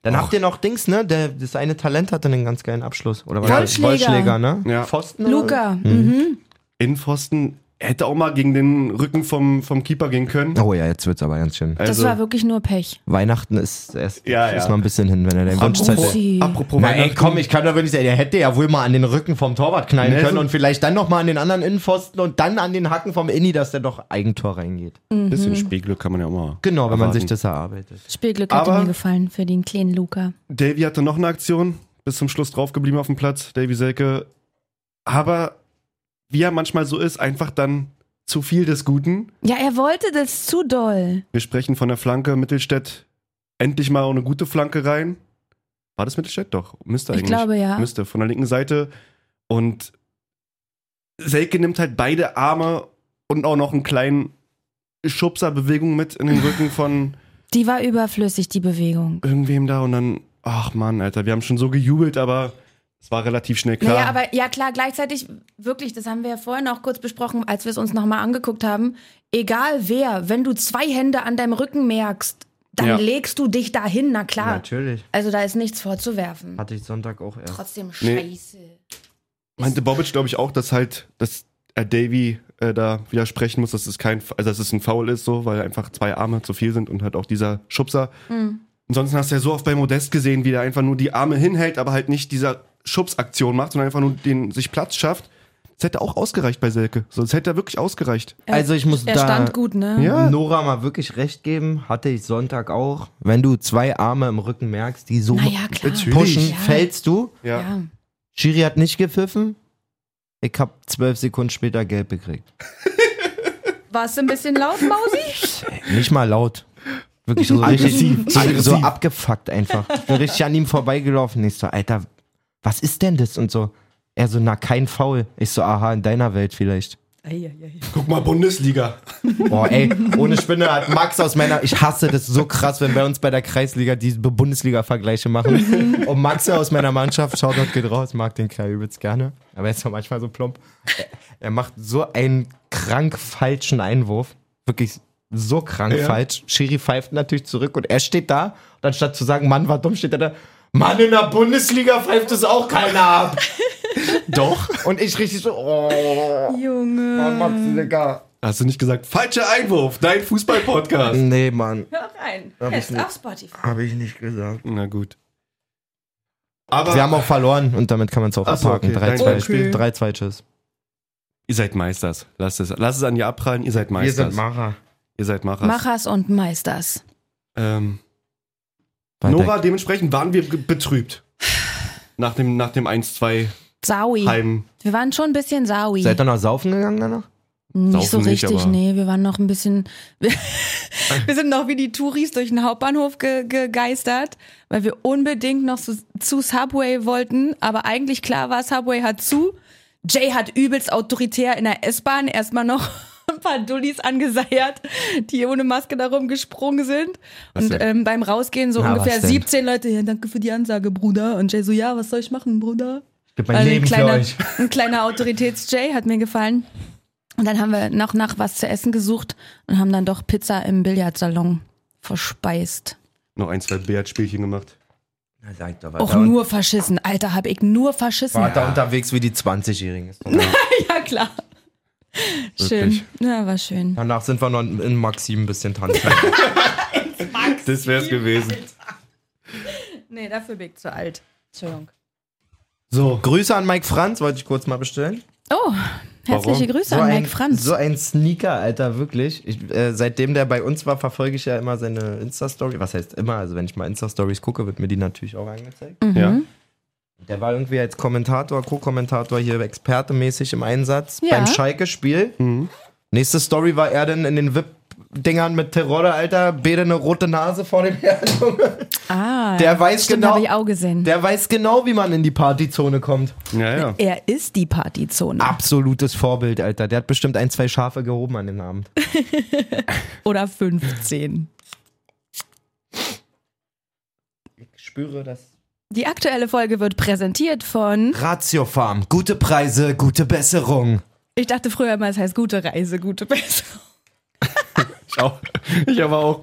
S2: Dann habt ihr noch Dings, ne? Der, das eine Talent hatte einen ganz geilen Abschluss. Oder war das?
S1: Wollschläger.
S2: Wollschläger, ne?
S3: Ja.
S2: Pfosten? oder?
S1: Luca. Mhm.
S3: Innenpfosten hätte auch mal gegen den Rücken vom, vom Keeper gehen können.
S2: Oh ja, jetzt wird's aber ganz schön.
S1: Das
S3: Also,
S1: war wirklich nur Pech.
S2: Weihnachten ist erst
S3: Ja, ja.
S2: ist noch ein bisschen hin, wenn er deinen Wunschzeit
S3: apropos,
S2: ist.
S1: Upsi.
S3: apropos
S2: Na ey,
S3: Weihnachten.
S2: komm, ich kann doch wirklich sagen, der hätte ja wohl mal an den Rücken vom Torwart knallen
S3: Nee,
S2: können
S3: Ne, so-
S2: und vielleicht dann nochmal an den anderen Innenpfosten und dann an den Hacken vom Inni, dass der doch Eigentor reingeht.
S1: Mhm.
S3: Ein bisschen Spielglück kann man ja auch mal.
S2: Genau, wenn man
S3: erwarten.
S2: sich das erarbeitet.
S1: Spielglück hat
S3: Aber-
S1: mir gefallen für den kleinen Luca.
S3: Davy hatte noch eine Aktion, bis zum Schluss draufgeblieben auf dem Platz, Davy Selke. Aber wie er manchmal so ist, einfach dann zu viel des Guten.
S1: Ja, er wollte das zu doll.
S3: Wir sprechen von der Flanke Mittelstädt. Endlich mal eine gute Flanke rein. War das Mittelstädt? Doch, müsste
S1: Ich
S3: eigentlich.
S1: glaube ja.
S3: Müsste, von der linken Seite. Und Selke nimmt halt beide Arme und auch noch einen kleinen Schubserbewegung mit in den Rücken von
S1: Die war überflüssig, die Bewegung.
S3: irgendwem da. Und dann, ach Mann, Alter, wir haben schon so gejubelt, aber es war relativ schnell klar.
S1: Naja, aber ja klar, gleichzeitig, wirklich, das haben wir ja vorhin auch kurz besprochen, als wir es uns nochmal angeguckt haben, egal wer, wenn du zwei Hände an deinem Rücken merkst, dann
S3: Ja.
S1: legst du dich dahin, na klar.
S2: Natürlich.
S1: Also da ist nichts vorzuwerfen.
S2: Hatte ich Sonntag auch erst.
S1: Trotzdem
S3: Nee.
S1: scheiße.
S3: Meinte Bobic, glaube ich, auch, dass halt, dass er Davy äh, da widersprechen muss, dass es kein, also dass es ein Foul ist, so, weil einfach zwei Arme zu viel sind und halt auch dieser Schubser.
S1: Hm.
S3: Ansonsten hast du ja so oft bei Modest gesehen, wie der einfach nur die Arme hinhält, aber halt nicht dieser Schubsaktion macht, sondern einfach nur den sich Platz schafft. Das hätte auch ausgereicht bei Selke. So, das hätte er wirklich ausgereicht.
S2: Also ich muss
S1: Er
S2: da
S1: stand gut, ne?
S3: Ja.
S2: Nora mal wirklich recht geben. Hatte ich Sonntag auch. Wenn du zwei Arme im Rücken merkst, die so
S1: Naja, klar.
S3: Natürlich.
S2: pushen,
S1: Ja.
S2: fällst du.
S3: Ja.
S1: Ja.
S2: Schiri hat nicht gepfiffen. Ich hab zwölf Sekunden später gelb gekriegt.
S1: Warst du ein bisschen laut, Mausi?
S2: Nicht mal laut. Wirklich so
S3: Aggressiv,
S2: richtig ag- so
S3: aggressiv.
S2: abgefuckt einfach. Ich bin richtig an ihm vorbeigelaufen. Ich so, Alter, was ist denn das? Und so, er so, na, kein Foul. Ich so, aha, in deiner Welt vielleicht.
S3: Guck mal, Bundesliga.
S2: Boah, ey, ohne Spinne hat Max aus meiner. Ich hasse das so krass, wenn bei uns bei der Kreisliga die Bundesliga-Vergleiche machen. Und Max aus meiner Mannschaft, schaut dort geht raus, mag den Kerl übelst gerne. Aber er ist doch manchmal so plump. Er macht so einen krank falschen Einwurf. Wirklich so krank
S3: Ja.
S2: falsch. Schiri pfeift natürlich zurück und er steht da. Und anstatt zu sagen, Mann, war dumm, steht er da. Mann, in der Bundesliga pfeift es auch keiner ab. Doch. Und ich richtig so, oh,
S1: Junge.
S2: Mann, Max, Digga.
S3: Hast du nicht gesagt, falscher Einwurf, dein Fußball-Podcast.
S2: Nee, Mann.
S1: Hör rein.
S2: Hab ich
S1: Fest
S2: nicht.
S1: auf Spotify.
S2: Habe ich nicht gesagt.
S3: Na gut. Aber
S2: Sie haben auch verloren und damit kann man es auch
S3: Ach so,
S2: abhaken.
S3: okay,
S2: Drei,
S3: danke.
S2: zwei,
S3: Okay.
S2: drei, zwei, tschüss.
S3: ihr seid Meisters. Lasst es, lasst es an dir abprallen, ihr seid Meisters.
S2: Macher.
S3: ihr seid Machers.
S1: Machers und Meisters.
S3: Ähm, Nora, dementsprechend waren wir ge- betrübt. Nach dem, nach dem 1-2
S1: Saui.
S3: Heim.
S1: Wir waren schon ein bisschen Saui.
S2: Seid ihr noch saufen gegangen danach?
S1: Nicht so
S3: Saufen nicht,
S1: richtig,
S3: aber-
S1: nee. Wir waren noch ein bisschen. Wir, wir sind noch wie die Touris durch den Hauptbahnhof ge gegeistert, weil wir unbedingt noch zu, zu Subway wollten. Aber eigentlich klar war, Subway hat zu. Jay hat übelst autoritär in der S-Bahn erstmal noch ein paar Dullis angeseiert, die ohne Maske darum gesprungen sind. Und
S3: denn?
S1: ähm, beim Rausgehen so
S2: Na, was
S1: ungefähr
S2: denn?
S1: 17 Leute, ja, danke für die Ansage, Bruder. Und Jay so, ja, was soll ich machen, Bruder?
S2: Ich gebe mein
S1: Also
S2: Leben
S1: ein
S2: für
S1: kleiner,
S2: euch.
S1: ein kleiner Autoritäts-Jay hat mir gefallen. Und dann haben wir noch nach was zu essen gesucht und haben dann doch Pizza im Billardsalon verspeist.
S3: Noch ein, zwei Bärtspielchen gemacht.
S2: Na, sag doch,
S1: Auch nur verschissen. Alter, hab ich nur verschissen.
S2: war da unterwegs wie die 20-Jährigen. Ist doch-
S1: Ja, klar.
S3: Wirklich.
S1: Schön. Ja, war schön.
S2: Danach sind wir noch in Maxim ein bisschen tanzen.
S3: Das wär's gewesen.
S1: Nee, dafür bin ich zu alt. Entschuldigung.
S2: so. Grüße an Mike Franz, wollte ich kurz mal bestellen.
S1: Oh, herzliche Grüße an Mike Franz.
S2: So ein Sneaker, Alter, wirklich. Ich, äh, seitdem der bei uns war, verfolge ich ja immer seine Insta-Story. Was heißt immer? Also wenn ich mal Insta-Stories gucke, wird mir die natürlich auch angezeigt.
S1: Mhm.
S3: Ja.
S2: Der war irgendwie als Kommentator, Co-Kommentator hier expertemäßig im Einsatz
S1: Ja.
S2: beim Schalke-Spiel. Nächste Story war er dann in den VIP-Dingern mit Terodde, Alter, Bede eine rote Nase vor dem Herrn. Junge.
S1: ah,
S2: Der weiß
S1: stimmt,
S2: genau-
S1: Hab ich auch gesehen.
S2: Der weiß genau, wie man in die Partyzone kommt.
S3: Ja, ja.
S1: er ist die Partyzone.
S2: Absolutes Vorbild, Alter. Der hat bestimmt ein, zwei Schafe gehoben an dem Abend.
S1: Oder 15.
S2: spüre das.
S1: Die aktuelle Folge wird präsentiert von.
S2: Ratio Farm. Gute Preise, gute Besserung.
S1: Ich dachte früher immer, es heißt gute Reise, gute Besserung.
S3: Ich, auch, ich aber auch.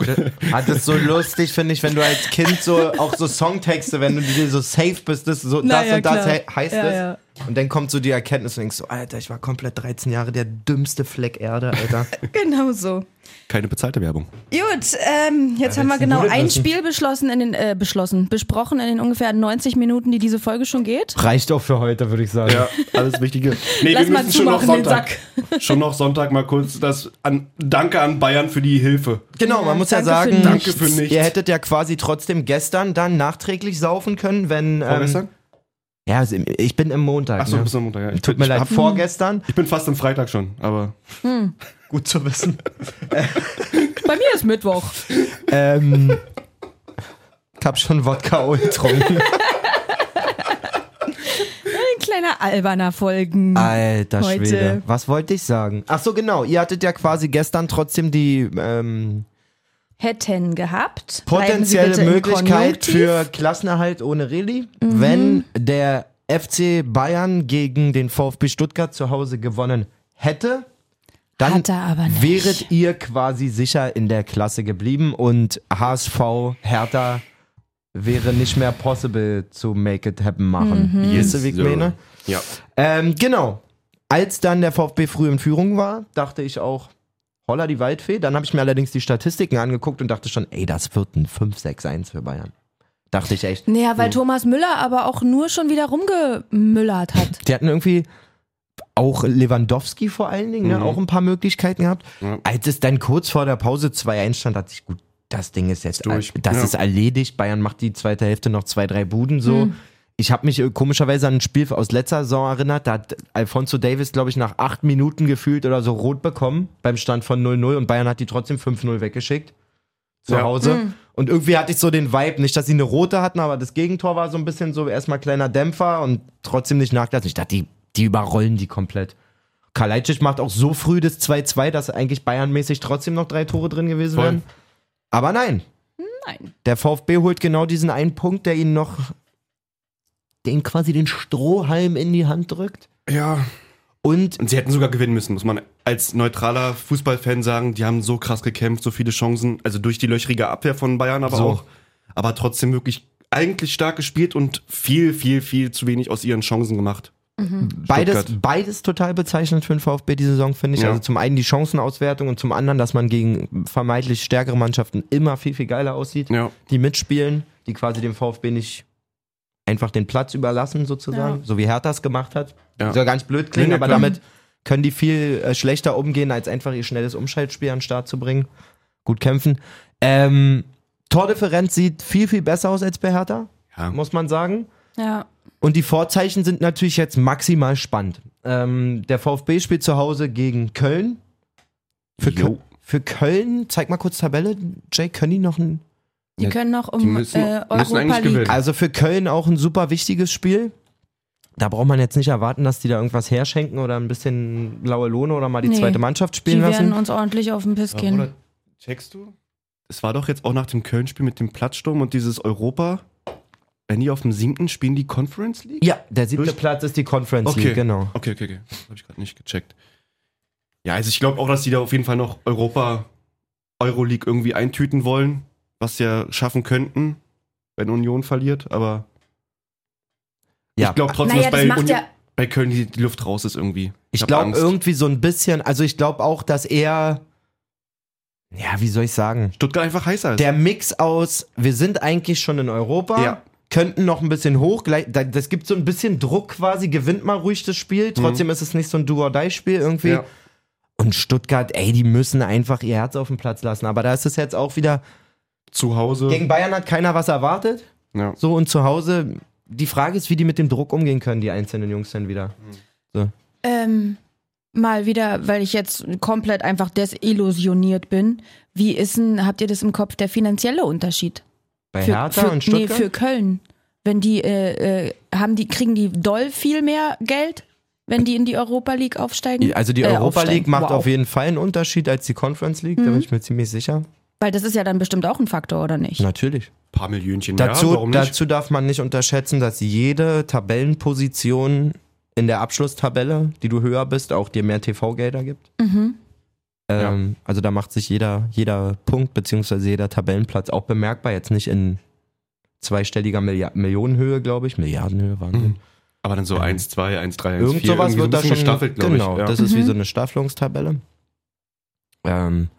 S2: Ah, das ist so lustig, finde ich, wenn du als Kind so auch so Songtexte, wenn du dir so safe bist, das, so,
S1: Na
S2: das
S1: ja,
S2: und das
S1: klar.
S2: he heißt
S1: Ja,
S2: es.
S1: ja.
S2: Und dann kommt so die Erkenntnis und denkst so, Alter, ich war komplett 13 Jahre der dümmste Fleck Erde, Alter.
S1: Genau so.
S3: Keine bezahlte Werbung.
S1: Gut, ähm, jetzt haben wir
S2: hättest du
S1: genau
S2: gut
S1: ein
S2: wissen.
S1: Spiel beschlossen in den, äh, beschlossen, besprochen in den ungefähr 90 Minuten, die diese Folge schon geht.
S2: Reicht auch für heute, würde ich sagen.
S3: Ja, alles Wichtige. Nee,
S1: Lass mal zumachen, den
S3: Schon noch Sonntag mal kurz das an, Danke an Bayern für die Hilfe.
S2: Genau, man muss ja
S1: danke
S2: sagen,
S1: für
S3: nichts. Danke für nichts.
S2: ihr hättet ja quasi trotzdem gestern dann nachträglich saufen können, wenn... ähm,
S3: Vorgestern?
S2: ja, also ich bin im Montag.
S3: Achso,
S2: ne?
S3: Ähm, bis am Montag. Ja. Ich,
S2: Tut mir
S3: ich
S2: leid,
S3: hab-
S2: vorgestern.
S3: Ich bin fast am Freitag schon, aber
S2: Gut zu wissen.
S1: Bei mir ist Mittwoch.
S2: Ähm, ich hab schon Wodka O getrunken.
S1: Ein kleiner alberner Folgen.
S2: Ah. Alter
S1: Heute.
S2: Schwede. Was wollte ich sagen? Ach so, genau. Ihr hattet ja quasi gestern trotzdem die ähm,
S1: Hätten gehabt. Bleiben Sie bitte
S2: potenzielle
S1: im
S2: Möglichkeit
S1: Konjunktiv. Mhm.
S2: für Klassenerhalt ohne Reli, wenn der FC Bayern gegen den VfB Stuttgart zu Hause gewonnen hätte. Dann
S1: Hat er aber nicht.
S2: wäret ihr quasi sicher in der Klasse geblieben und HSV Hertha wäre nicht mehr possible zu make it happen machen. Mhm. Wisst ihr, wie ich
S3: Yes, sir.
S2: meine?
S3: Hm. ja.
S2: Ähm, genau. Als dann der VfB früh in Führung war, dachte ich auch, holla die Waldfee. Dann habe ich mir allerdings die Statistiken angeguckt und dachte schon, ey, das wird ein 5-6-1 für Bayern. Dachte ich echt.
S1: Naja, weil Thomas Müller aber auch nur schon wieder rumgemüllert hat.
S2: Die hatten irgendwie auch Lewandowski vor allen Dingen,
S3: Mhm.
S2: ne, auch ein paar Möglichkeiten gehabt.
S3: Ja.
S2: Als es dann kurz vor der Pause 2-1 stand, dachte ich, gut, das Ding ist jetzt,
S3: Durch.
S2: das
S3: Ja.
S2: ist erledigt. Bayern macht die zweite Hälfte noch zwei, drei Buden so. Ich habe mich äh, komischerweise an ein Spiel aus letzter Saison erinnert. Da hat Alfonso Davis, glaube ich, nach acht Minuten gefühlt oder so rot bekommen beim Stand von 0-0 und Bayern hat die trotzdem 5-0 weggeschickt zu
S3: Ja.
S2: Hause. Und irgendwie hatte ich so den Vibe, nicht, dass sie eine rote hatten, aber das Gegentor war so ein bisschen so erstmal kleiner Dämpfer und trotzdem nicht nachgelassen. Ich dachte, die, die überrollen die komplett. Kalajdzic macht auch so früh das 2-2, dass eigentlich Bayernmäßig trotzdem noch drei Tore drin gewesen
S3: Voll.
S2: wären. Aber nein,
S1: Nein.
S2: der VfB holt genau diesen einen Punkt, der ihnen noch den quasi den Strohhalm in die Hand drückt.
S3: Ja.
S2: Und
S3: Und sie hätten sogar gewinnen müssen, muss man als neutraler Fußballfan sagen. Die haben so krass gekämpft, so viele Chancen. Also durch die löchrige Abwehr von Bayern, aber
S2: So.
S3: auch. Aber trotzdem wirklich eigentlich stark gespielt und viel, viel, viel zu wenig aus ihren Chancen gemacht.
S2: Beides,
S3: Stuttgart.
S2: beides total bezeichnend für den VfB die Saison, finde ich.
S3: Ja.
S2: Also zum einen die Chancenauswertung und zum anderen, dass man gegen vermeintlich stärkere Mannschaften immer viel, viel geiler aussieht,
S3: Ja.
S2: die mitspielen, die quasi dem VfB nicht einfach den Platz überlassen, sozusagen, so wie Hertha es gemacht hat.
S3: Ja.
S2: Soll gar nicht blöd klingen,
S3: Nee, nee,
S2: aber
S3: klar.
S2: damit können die viel äh, schlechter umgehen, als einfach ihr schnelles Umschaltspiel an den Start zu bringen. Gut kämpfen. Ähm, Tordifferenz sieht viel, viel besser aus als bei Hertha,
S3: Ja.
S2: muss man sagen.
S1: Ja.
S2: Und die Vorzeichen sind natürlich jetzt maximal spannend. Ähm, der VfB spielt zu Hause gegen Köln. Für,
S3: Jo.
S2: Kö für Köln, zeig mal kurz Tabelle, Jay, können die noch ein.
S1: Die können noch um
S3: die müssen-
S1: äh,
S3: müssen eigentlich
S1: Europa League.
S3: gewinnen.
S2: Also für Köln auch ein super wichtiges Spiel. Da braucht man jetzt nicht erwarten, dass die da irgendwas herschenken oder ein bisschen blaue Lohne oder mal die
S1: Nee.
S2: zweite Mannschaft
S1: Die
S2: spielen
S1: werden
S2: lassen.
S1: uns ordentlich auf den Piss gehen.
S3: Oder checkst du? Es war doch jetzt auch nach dem Köln-Spiel mit dem Platzsturm und dieses Europa. Wenn die auf dem siebten spielen, die Conference League?
S2: Ja, der siebte
S3: Durch-
S2: Platz ist die Conference
S3: Okay.
S2: League, genau.
S3: Okay, okay, okay. Habe ich gerade nicht gecheckt. Ja, also ich glaube auch, dass die da auf jeden Fall noch Europa, Euroleague irgendwie eintüten wollen, was sie ja schaffen könnten, wenn Union verliert, aber
S2: Ja.
S3: ich glaube trotzdem,
S1: Naja, das
S3: dass bei,
S1: macht
S3: Union,
S1: ja-
S3: bei Köln die, die Luft raus ist irgendwie.
S2: Ich
S3: hab
S2: glaube
S3: Angst.
S2: irgendwie so ein bisschen, also ich glaube auch, dass er. Ja, wie soll ich sagen?
S3: Stuttgart einfach heißer ist.
S2: Der Mix aus, wir sind eigentlich schon in Europa,
S3: Ja.
S2: könnten noch ein bisschen hoch, gleich, da- das gibt so ein bisschen Druck quasi, gewinnt mal ruhig das Spiel, trotzdem ist es nicht so ein Do-or-Die-Spiel irgendwie.
S3: ja.
S2: Und Stuttgart, ey, die müssen einfach ihr Herz auf den Platz lassen, aber da ist es jetzt auch wieder,
S3: Zu Hause.
S2: gegen Bayern hat keiner was erwartet,
S3: ja.
S2: so und zu Hause, die Frage ist, wie die mit dem Druck umgehen können, die einzelnen Jungs dann wieder.
S1: Ähm, mal wieder, weil ich jetzt komplett einfach desillusioniert bin. Wie ist denn, habt ihr das im Kopf, der finanzielle Unterschied?
S2: Bei
S1: Für,
S2: Hertha
S1: für,
S2: und Stuttgart?
S1: Nee, für Köln. Wenn die, äh, äh, haben die, kriegen die doll viel mehr Geld, wenn die in die Europa League aufsteigen?
S2: Also die
S1: Äh,
S2: Europa
S1: aufsteigen.
S2: League macht
S1: Wow. Mhm.
S2: auf jeden Fall einen Unterschied als die Conference League, da bin ich mir ziemlich sicher.
S1: Weil das ist ja dann bestimmt auch ein Faktor, oder nicht?
S2: Natürlich.
S3: paar Millionchen mehr,
S2: Dazu,
S3: warum nicht?
S2: dazu darf man nicht unterschätzen, dass jede Tabellenposition in der Abschlusstabelle, die du höher bist, auch dir mehr TV-Gelder gibt.
S1: Mhm.
S2: Ähm, Also da macht sich jeder, jeder Punkt beziehungsweise jeder Tabellenplatz auch bemerkbar. Jetzt nicht in zweistelliger Milliard Millionenhöhe, glaube ich. Milliardenhöhe waren wir.
S3: Mhm. Aber dann so 1, 2, 1, 3, 1,
S2: Irgend
S3: 4.
S2: sowas wird da schon
S3: gestaffelt, glaube
S2: Genau,
S3: ich. Ja.
S2: das ist
S1: Mhm.
S2: wie so eine Staffelungstabelle. Ähm,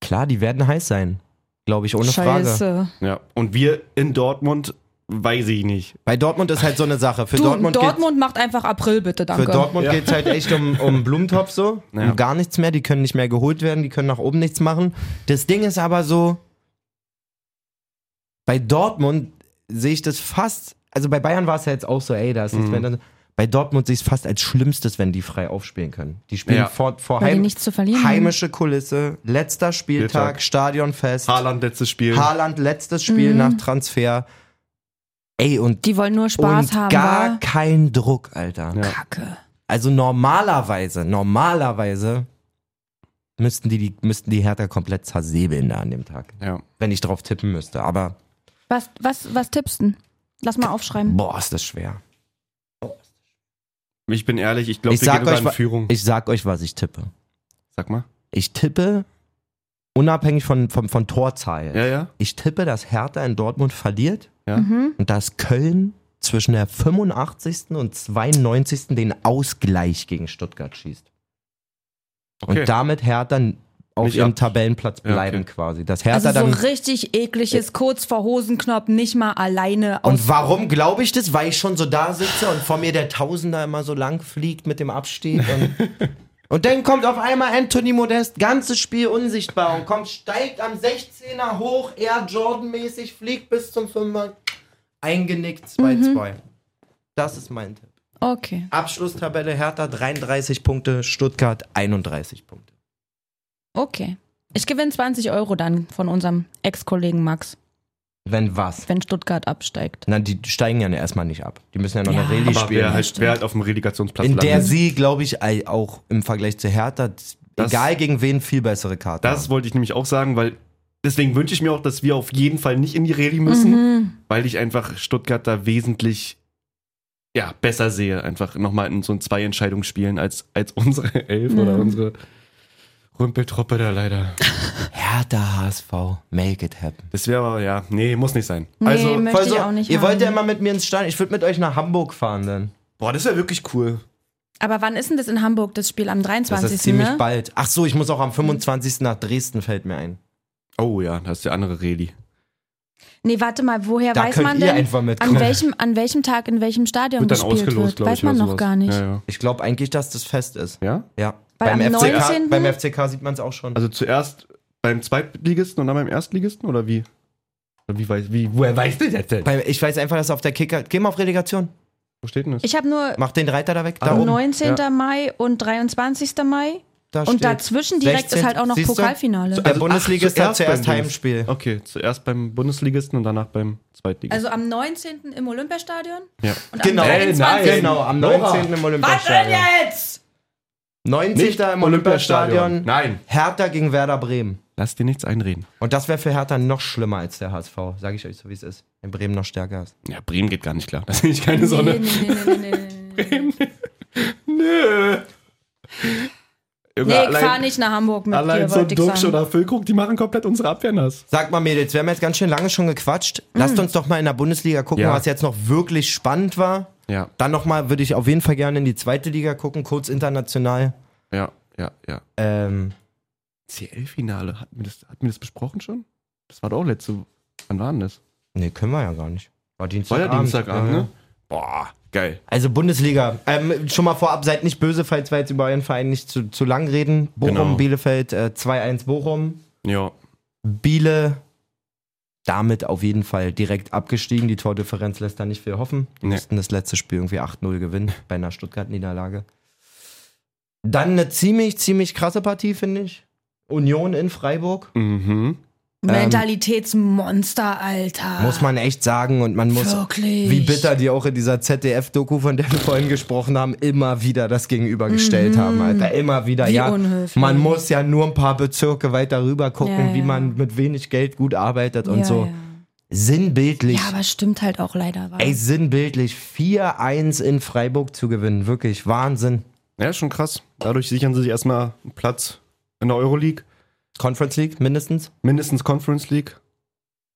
S2: klar, die werden heiß sein, glaube ich, ohne Frage.
S1: Scheiße.
S3: ja. Und wir in Dortmund, weiß ich nicht.
S2: Bei Dortmund ist halt so eine Sache. Für
S1: Du,
S2: Dortmund,
S1: Dortmund,
S2: geht's-
S1: macht einfach April, bitte, danke.
S2: Für Dortmund
S3: Ja.
S2: geht's halt echt um, um Blumentopf so,
S3: Ja.
S2: um gar nichts mehr. Die können nicht mehr geholt werden, die können nach oben nichts machen. Das Ding ist aber so, bei Dortmund sehe ich das fast, also bei Bayern war es ja jetzt auch so, ey, da ist nichts
S3: Mhm.
S2: mehr. Bei Dortmund sehe ich es fast als Schlimmstes, wenn die frei aufspielen können. Die spielen
S3: Ja.
S2: vor, vor
S1: Weil die
S2: Heim,
S1: nichts zu verlieren
S2: heimische Kulisse, letzter Spieltag,
S3: Spieltag.
S2: Stadionfest, Haaland,
S3: Haaland letztes Spiel.
S2: letztes Spiel
S1: Mhm.
S2: nach Transfer. Ey, und,
S1: Die wollen nur Spaß
S2: und
S1: haben.
S2: gar
S1: wa?
S2: kein Druck, Alter.
S3: Ja.
S1: Kacke.
S2: Also normalerweise, normalerweise müssten die, die, müssten die Hertha komplett zersäbeln da an dem Tag.
S3: Ja.
S2: Wenn ich drauf tippen müsste. Aber
S1: Was, was, was tippst du? Lass mal aufschreiben.
S2: boah, ist das schwer.
S3: Ich bin ehrlich, ich glaube,
S2: Ich
S3: wir
S2: sag
S3: gehen sogar
S2: euch,
S3: in
S2: wa-
S3: Führung.
S2: Ich sag euch, was ich tippe.
S3: Sag mal.
S2: Ich tippe, unabhängig von, von, von Torzahl,
S3: Ja, ja.
S2: ich tippe, dass Hertha in Dortmund verliert
S3: Ja.
S1: Mhm.
S2: und dass Köln zwischen der 85. und 92. den Ausgleich gegen Stuttgart schießt.
S3: Okay.
S2: Und damit Hertha auf
S3: Nicht
S2: ihrem
S3: ab-
S2: Tabellenplatz
S3: Ja, okay.
S2: bleiben quasi. Dass Hertha
S1: Also so
S2: dann Äh,
S1: richtig ekliges, kurz vor Hosenknopf, nicht mal alleine aus.
S2: Und warum glaube ich das? Weil ich schon so da sitze und vor mir der Tausender immer so lang fliegt mit dem Abstieg. Und, und dann kommt auf einmal Anthony Modest, ganzes Spiel unsichtbar und kommt, steigt am 16er hoch, eher Jordan-mäßig, fliegt bis zum 5er. Eingenickt 2-2. Das ist mein Tipp.
S1: Okay.
S2: Abschlusstabelle Hertha 33 Punkte, Stuttgart 31 Punkte.
S1: Okay. Ich gewinne 20 Euro dann von unserem Ex-Kollegen Max,
S2: Wenn was?
S1: wenn Stuttgart absteigt.
S2: Na, die steigen ja erstmal nicht ab. Die müssen ja noch
S1: Ja.
S2: eine Rallye
S3: Aber
S2: spielen.
S3: wer halt, wer halt auf dem Relegationsplatz
S2: In der
S3: landet.
S2: sie, glaube ich, ei- auch im Vergleich zu Hertha, z-
S3: Das-
S2: egal gegen wen, viel bessere Karte.
S3: Das wollte ich nämlich auch sagen, weil deswegen wünsche ich mir auch, dass wir auf jeden Fall nicht in die Rallye müssen,
S1: Mhm.
S3: weil ich einfach Stuttgart da wesentlich ja, besser sehe. Einfach nochmal in so ein Zwei-Entscheidungsspielen als, als unsere Elf oder unsere Rümpeltruppe da leider.
S2: haben. Hertha HSV, make it happen.
S3: Das wäre aber, ja, nee, muss nicht sein.
S1: Nee,
S3: also,
S1: möchte
S2: Voll so,
S1: ich auch nicht
S2: ihr
S1: haben.
S2: wollt ja immer mit mir ins Stadion. Ich würde mit euch nach Hamburg fahren dann.
S3: boah, das wäre wirklich cool.
S1: Aber wann ist denn das in Hamburg, das Spiel? Am 23.
S2: Das ist ziemlich
S1: ne?
S2: bald. Ach so, ich muss auch am 25. nach Dresden, fällt mir ein.
S3: Oh ja, da ist der andere Reli.
S1: Nee, warte mal, woher
S2: Da
S1: weiß
S2: könnt
S1: man
S2: ihr
S1: denn,
S2: einfach
S1: an
S2: mitkommen.
S1: welchem, an welchem Tag in welchem Stadion
S3: Wird dann
S1: gespielt
S3: ausgelost,
S1: wird?
S3: glaube
S1: Weiß
S3: ich.
S1: man
S3: oder
S1: noch
S3: sowas.
S1: gar nicht.
S3: Ja, ja.
S2: Ich glaube eigentlich, dass das fest ist.
S3: ja?
S2: Ja.
S1: Weil am
S2: FCK,
S1: 19.
S2: beim FCK sieht man es auch schon.
S3: Also zuerst beim Zweitligisten und dann beim Erstligisten oder wie? Oder wie weiß, wie, woher weißt du das denn?
S2: Bei- ich weiß einfach, dass auf der Kicker. Geh mal auf Relegation.
S3: Wo steht denn das?
S1: Ich habe nur
S2: Mach den Reiter da weg. Da
S3: Ah,
S2: oben.
S1: 19.
S3: Ja.
S1: Mai und 23. Mai.
S2: Da
S1: und
S2: steht.
S1: dazwischen direkt
S2: 16.
S1: ist halt auch noch
S2: Siehst du? Also
S1: Pokalfinale.
S2: Der Bundesliga ist
S3: Also zuerst
S2: zuerst
S3: beim
S2: Heimspiel.
S3: Okay, zuerst beim Bundesligisten und danach beim Zweitligisten.
S1: Also am 19. im Olympiastadion
S3: ja.
S1: und
S2: Genau.
S1: am 23.
S2: Genau, am
S1: Was
S2: 19. im
S1: denn
S2: Olympiastadion.
S1: jetzt?
S2: 90. im Olympiastadion.
S3: Nein.
S2: Hertha gegen Werder Bremen.
S3: Lass dir nichts einreden.
S2: Und das wäre für Hertha noch schlimmer als der HSV, sage ich euch so, wie es ist. In Bremen noch stärker ist.
S3: Ja, Bremen geht gar nicht klar. Da sehe ich keine
S1: Nee,
S3: Sonne.
S1: nee, nee, nee, nee, nee, nee.
S3: Nö.
S1: nee ich fahr nicht nach Hamburg mit
S3: Allein
S1: dir,
S3: so
S1: wollte ich
S3: Duxch
S1: sagen.
S3: oder Füllkrug, die machen komplett unsere Abwehr nass.
S2: Sag mal, Mädels, wir haben jetzt ganz schön lange schon gequatscht.
S1: Mhm.
S2: Lasst uns doch mal in der Bundesliga gucken,
S3: Ja.
S2: was jetzt noch wirklich spannend war.
S3: Ja,
S2: Dann nochmal würde ich auf jeden Fall gerne in die zweite Liga gucken, kurz international.
S3: ja, ja, ja.
S2: Ähm,
S3: CL-Finale, hat mir das, hat mir das besprochen schon? Das war doch auch letzte. Wann war denn das?
S2: nee, können wir ja gar nicht. War
S3: War
S2: Dienstagabend.
S3: ja Dienstagabend,
S2: Ja.
S3: ne? Boah, geil.
S2: Also Bundesliga. Ähm, schon mal vorab, seid nicht böse, falls wir jetzt über euren Verein nicht zu, zu lang reden. Bochum,
S3: Genau.
S2: Bielefeld, äh, 2-1 Bochum.
S3: Ja.
S2: Biele damit auf jeden Fall direkt abgestiegen. Die Tordifferenz lässt da nicht viel hoffen. Die
S3: Nee.
S2: mussten das letzte Spiel irgendwie 8-0 gewinnen bei einer Stuttgart-Niederlage. Dann eine ziemlich, ziemlich krasse Partie, finde ich. Union in Freiburg.
S3: Mhm.
S1: Mentalitätsmonster, Alter.
S2: Ähm, Muss man echt sagen und man muss,
S1: Wirklich?
S2: wie bitter die auch in dieser ZDF-Doku, von der wir vorhin gesprochen haben, immer wieder das gegenübergestellt haben, Alter. Immer wieder,
S1: Mhm. Wie
S2: ja.
S1: unhöflich.
S2: Man muss ja nur ein paar Bezirke weiter rüber gucken,
S1: Ja,
S2: wie
S1: ja.
S2: man mit wenig Geld gut arbeitet und
S1: ja,
S2: so. Sinnbildlich.
S1: Ja. ja, aber stimmt halt auch leider. wa?
S2: Ey, sinnbildlich 4-1 in Freiburg zu gewinnen. Wirklich Wahnsinn.
S3: Ja, ist schon krass. Dadurch sichern sie sich erstmal einen Platz in der Euroleague,
S2: Conference League mindestens.
S3: mindestens Conference League.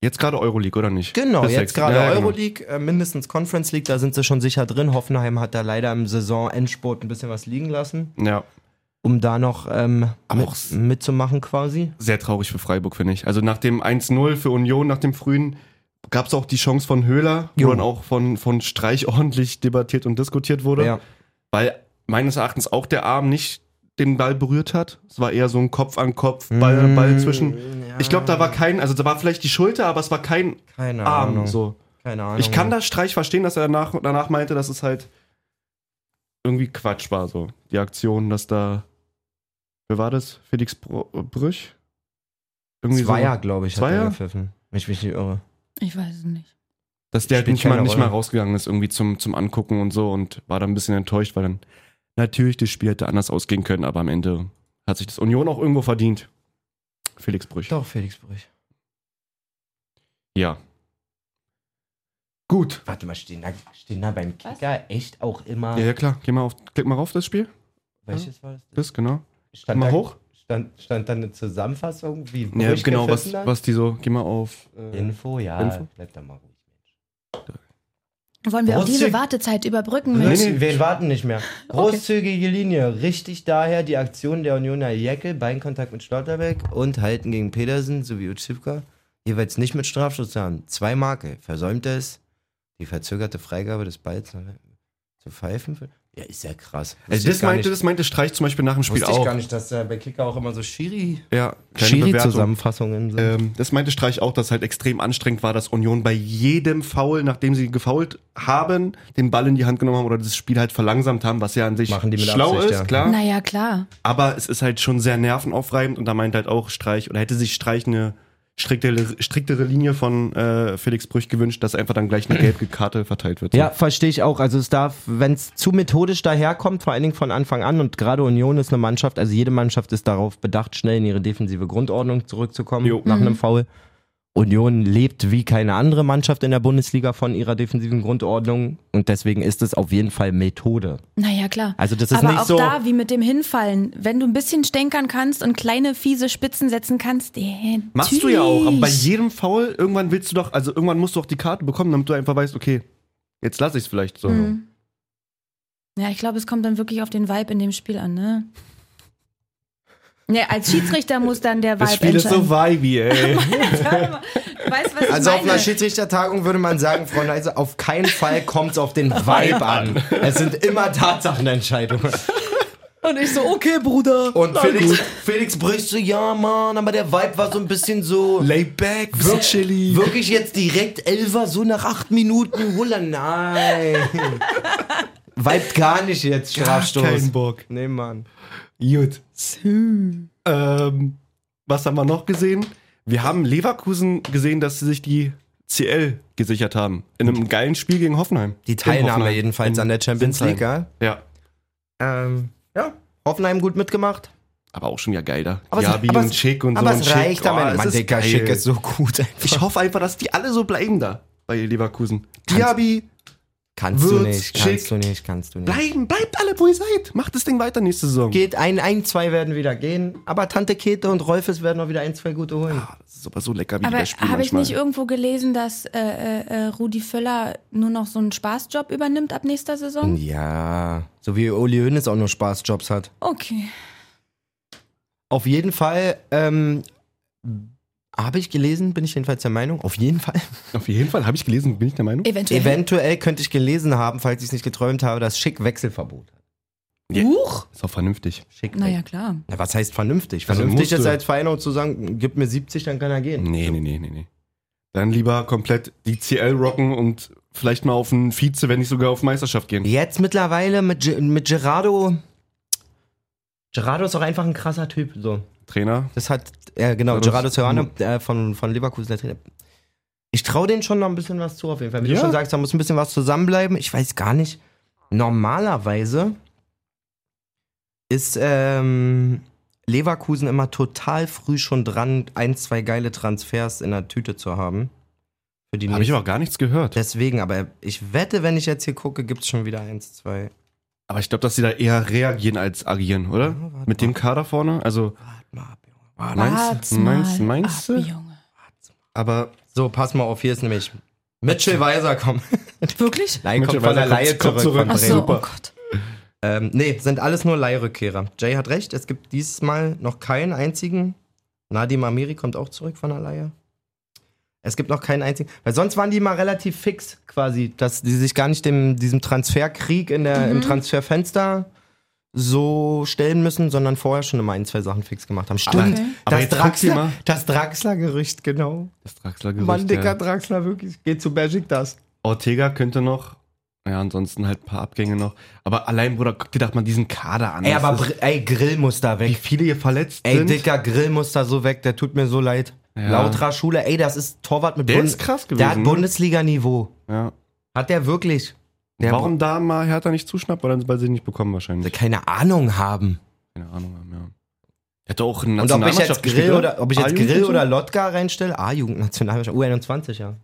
S3: Jetzt gerade Euroleague, oder nicht?
S2: Genau,
S3: Bis
S2: jetzt
S3: sechs.
S2: gerade
S3: Ja, ja, genau.
S2: Euroleague, äh, mindestens Conference League, da sind sie schon sicher drin. Hoffenheim hat da leider im Saisonendspurt ein bisschen was liegen lassen,
S3: Ja,
S2: um da noch ähm,
S3: Aber auch
S2: mit,
S3: s-
S2: mitzumachen quasi.
S3: sehr traurig für Freiburg, finde ich. Also nach dem 1-0 für Union, nach dem frühen, gab es auch die Chance von Höhler,
S2: Jo.
S3: wo dann auch von, von Streich ordentlich debattiert und diskutiert wurde.
S2: Ja.
S3: Weil meines Erachtens auch der Arm nicht den Ball berührt hat. Es war eher so ein Kopf an Kopf, Ball,
S2: Mm,
S3: Ball zwischen.
S2: ja.
S3: Ich glaube, da war kein, also da war vielleicht die Schulter, aber es war kein
S2: keine
S3: Arm.
S2: Ahnung.
S3: So.
S2: Keine Ahnung.
S3: Ich kann da Streich verstehen, dass er danach, danach meinte, dass es halt irgendwie Quatsch war, so. Die Aktion, dass da. Wer war das? Felix Br äh, Brüch? Irgendwie
S2: Zweier,
S3: so.
S2: glaube ich, hat
S3: Zweier?
S2: er gepfiffen. Wenn Ich mich nicht irre.
S1: Ich weiß es nicht.
S3: Dass der halt
S2: Spielt
S3: nicht mal,
S2: keine
S3: nicht mal
S2: Rolle.
S3: rausgegangen ist, irgendwie zum, zum Angucken und so und war da ein bisschen enttäuscht, weil dann natürlich das Spiel hätte anders ausgehen können, aber am Ende hat sich das Union auch irgendwo verdient. Felix Brüch.
S2: Doch, Felix Brüch.
S3: Ja. Gut.
S2: Warte mal, stehen da, stehen da beim
S1: Was?
S2: Kicker echt auch immer.
S3: Ja, ja, klar. Geh mal auf, klick mal rauf das Spiel.
S2: Welches war das?
S3: Bis, genau.
S2: Stand
S3: Mal
S2: da,
S3: hoch.
S2: Stand, stand da eine Zusammenfassung? Wie
S3: Ja,
S2: Brüch
S3: genau, was,
S2: gepfiffen hat?
S3: was die so. Geh mal auf. Äh,
S2: Info, ja.
S3: Info?
S2: Bleibt da mal ruhig.
S1: Wollen wir auch diese
S2: Großzügig.
S1: Wartezeit überbrücken?
S2: Nee,
S1: mit-
S2: nee, wir warten nicht mehr. Großzügige Linie. Richtig daher die Aktion der Unioner Jeckel, Beinkontakt mit Schlotterbeck und Halten gegen Pedersen sowie Utschipka. Jeweils nicht mit Strafschuss haben. Zwei Marke. Versäumt es, die verzögerte Freigabe des Balls zu pfeifen. Ja, ist ja krass.
S3: Also
S2: Wusste ich
S3: das
S2: gar
S3: meinte,
S2: nicht.
S3: das meinte Streich zum Beispiel nach dem Spiel
S2: Wusste ich
S3: auch.
S2: gar nicht, dass da bei Kicker auch immer so Schiri.
S3: Ja, kleine Bewertung.
S2: Schiri-Zusammenfassungen sind.
S3: Ähm, das meinte Streich auch, dass halt extrem anstrengend war, dass Union bei jedem Foul, nachdem sie gefoult haben, den Ball in die Hand genommen haben oder das Spiel halt verlangsamt haben, was ja an sich
S2: Machen die mit
S3: schlau
S2: Absicht,
S3: ist,
S2: ja.
S3: klar.
S1: Naja, klar.
S3: Aber es ist halt schon sehr nervenaufreibend und da meint halt auch Streich oder hätte sich Streich eine striktere, striktere Linie von äh, Felix Brüch gewünscht, dass einfach dann gleich eine gelbe Karte verteilt wird.
S2: Ja, verstehe ich auch. Also es darf, wenn es zu methodisch daherkommt, vor allen Dingen von Anfang an und gerade Union ist eine Mannschaft, also jede Mannschaft ist darauf bedacht, schnell in ihre defensive Grundordnung zurückzukommen
S3: Jo.
S2: nach
S1: Mhm.
S2: einem Foul. Union lebt wie keine andere Mannschaft in der Bundesliga von ihrer defensiven Grundordnung und deswegen ist es auf jeden Fall Methode.
S1: Naja, klar.
S2: Also das ist
S1: Aber
S2: nicht
S1: auch
S2: so.
S1: da, wie mit dem Hinfallen. Wenn du ein bisschen stänkern kannst und kleine, fiese Spitzen setzen kannst, äh,
S3: Machst du ja auch, aber bei
S1: natürlich.
S3: jedem Foul, irgendwann willst du doch, also irgendwann musst du auch die Karte bekommen, damit du einfach weißt, okay, jetzt lasse ich es vielleicht so.
S1: Mhm.
S2: Hm,
S1: Ja, ich glaube, es kommt dann wirklich auf den Vibe in dem Spiel an, ne? Ne, als Schiedsrichter muss dann der Vibe
S3: Das Spiel ist so
S1: entscheiden.
S3: vibey, ey.
S1: Du weißt, was ich
S2: Also auf
S1: meine.
S2: einer Schiedsrichtertagung würde man sagen, Frau Neise, auf keinen Fall kommt es auf den Vibe an. Es sind immer Tatsachenentscheidungen.
S1: Und ich so, okay, Bruder.
S2: Und Felix, Felix bricht so, ja Mann, aber der Vibe war so ein bisschen so...
S3: Laid back,
S2: Wir- Wirklich jetzt direkt Elfer, so nach acht Minuten. Hula, nein. Weibt gar nicht jetzt Strafstoß.
S3: Kein Bock.
S2: nee, Mann.
S3: Gut. Ähm, was haben wir noch gesehen? Wir haben Leverkusen gesehen, dass sie sich die CL gesichert haben. In einem geilen Spiel gegen Hoffenheim.
S2: Die
S3: In
S2: Teilnahme
S3: Hoffenheim.
S2: jedenfalls
S3: In
S2: an der Champions League,
S3: Sinsheim.
S2: ja?
S3: Ja.
S2: Ähm, ja. Hoffenheim gut mitgemacht.
S3: Aber auch schon wieder geil da.
S2: Aber es-
S3: Jabi
S2: aber es-
S3: und Schick und
S2: aber
S3: so. und
S2: es reicht
S3: Schick.
S2: am
S3: Oh,
S2: Ende.
S3: es
S2: Mann,
S3: ist
S2: Dicker,
S3: geil.
S2: Schick ist so gut.
S3: Ich hoffe einfach, dass die alle so bleiben da bei Leverkusen. Diaby,
S2: Kannst du
S3: Würz,
S2: nicht,
S3: Schick.
S2: kannst du nicht, kannst du nicht.
S3: bleiben, bleibt alle, wo ihr seid. Macht das Ding weiter nächste Saison.
S2: Geht ein, ein, zwei werden wieder gehen. Aber Tante Käthe und Rolfes werden noch wieder ein, zwei gute holen.
S3: Ah, Das ist aber so lecker, wie die
S1: Aber
S3: das spielen
S1: habe ich
S3: manchmal.
S1: nicht irgendwo gelesen, dass äh, äh, äh, Rudi Völler nur noch so einen Spaßjob übernimmt ab nächster Saison?
S2: Ja. So wie Uli Hoeneß auch nur Spaßjobs hat.
S1: Okay.
S2: Auf jeden Fall, ähm, habe ich gelesen, bin ich jedenfalls der Meinung, auf jeden Fall.
S3: Auf jeden Fall habe ich gelesen, bin ich der Meinung.
S1: Eventuell.
S2: Eventuell könnte ich gelesen haben, falls ich es nicht geträumt habe, dass Schick Wechselverbot hat.
S1: Huch.
S3: Ist auch vernünftig.
S2: Schick
S1: Naja, klar.
S2: Na, was heißt vernünftig?
S3: Also
S2: Vernünftig
S3: musst
S2: ist
S3: du-
S2: als Verein auch zu sagen, gib mir 70, dann kann er gehen.
S3: Nee, nee, nee, nee, nee. Dann lieber komplett die CL rocken und vielleicht mal auf einen Vize, wenn nicht sogar auf Meisterschaft gehen.
S2: Jetzt mittlerweile mit, Ge- mit Gerardo Gerardo ist auch einfach ein krasser Typ. So.
S3: Trainer.
S2: Das hat, äh, genau,
S3: Ja, das-
S2: Gerardo Serrano äh, von, von Leverkusen, der Trainer. Ich traue denen schon noch ein bisschen was zu, auf jeden Fall. Wie
S3: Ja.
S2: du schon sagst, da muss ein bisschen was zusammenbleiben. Ich weiß gar nicht. Normalerweise ist ähm, Leverkusen immer total früh schon dran, ein, zwei geile Transfers in der Tüte zu haben. Für die
S3: Habe ich
S2: nächsten-
S3: aber auch gar nichts gehört.
S2: Deswegen, aber ich wette, wenn ich jetzt hier gucke, gibt es schon wieder eins, zwei.
S3: Aber ich glaube, dass sie da eher reagieren als agieren, oder?
S2: Ja, warte
S3: Mit dem
S2: mal.
S3: Kader vorne. Also,
S2: Warte mal ab, Junge.
S3: Ah, meinst, meinst, meinst
S1: Ah, ab,
S3: du?
S1: Junge.
S3: Aber
S2: So, pass mal auf, hier ist nämlich Mitchell Weiser, komm.
S1: Wirklich?
S2: Nein, kommt
S3: Mitchell
S2: von der
S3: Weiser
S2: Laie
S3: kommt- kommt
S2: zurück.
S3: zurück.
S2: Von
S1: Ach so,
S2: Bremen.
S1: oh
S3: Super.
S1: Gott.
S2: Ähm, nee, sind alles nur Leihrückkehrer. Jay hat recht, es gibt diesmal noch keinen einzigen. Nadim Amiri kommt auch zurück von der Leihe. Es gibt noch keinen einzigen. Weil sonst waren die mal relativ fix quasi, dass die sich gar nicht dem, diesem Transferkrieg in der,
S3: Mhm.
S2: im Transferfenster so stellen müssen, sondern vorher schon immer ein, zwei Sachen fix gemacht haben. Stimmt.
S1: Okay.
S3: aber
S2: Das
S3: jetzt guck dir
S2: Draxler,
S3: mal.
S2: das Draxler-Gerücht, genau.
S3: das draxler
S2: Mann, Dicker
S3: ja.
S2: Draxler, wirklich. Geht zu Besiktas.
S3: Ortega könnte noch. Ja, ansonsten halt ein paar Abgänge noch. Aber allein, Bruder, guck dir doch mal diesen Kader an.
S2: Ey,
S3: Das
S2: aber
S3: ist-
S2: Br- ey, Grill muss da
S3: wie
S2: weg.
S3: viele hier verletzt
S2: Ey,
S3: sind.
S2: dicker Grill muss da so weg, der tut mir so leid.
S3: Ja.
S2: Lautra Schule, ey, das ist Torwart mit
S3: Der
S2: Bund-
S3: ist krass gewesen.
S2: Der hat
S3: ne?
S2: Bundesliga-Niveau.
S3: ja.
S2: Hat der wirklich? Der
S3: Warum da mal Hertha nicht zuschnappt, weil dann weil sie ihn nicht bekommen
S2: Der
S3: wahrscheinlich.
S2: keine Ahnung haben.
S3: Keine Ahnung haben, ja. Er hat auch einen
S2: Und ob ich jetzt Grill oder, ob ich jetzt Grill oder
S3: L
S2: Lotka reinstelle? A-Jugend, Nationalmannschaft, U21,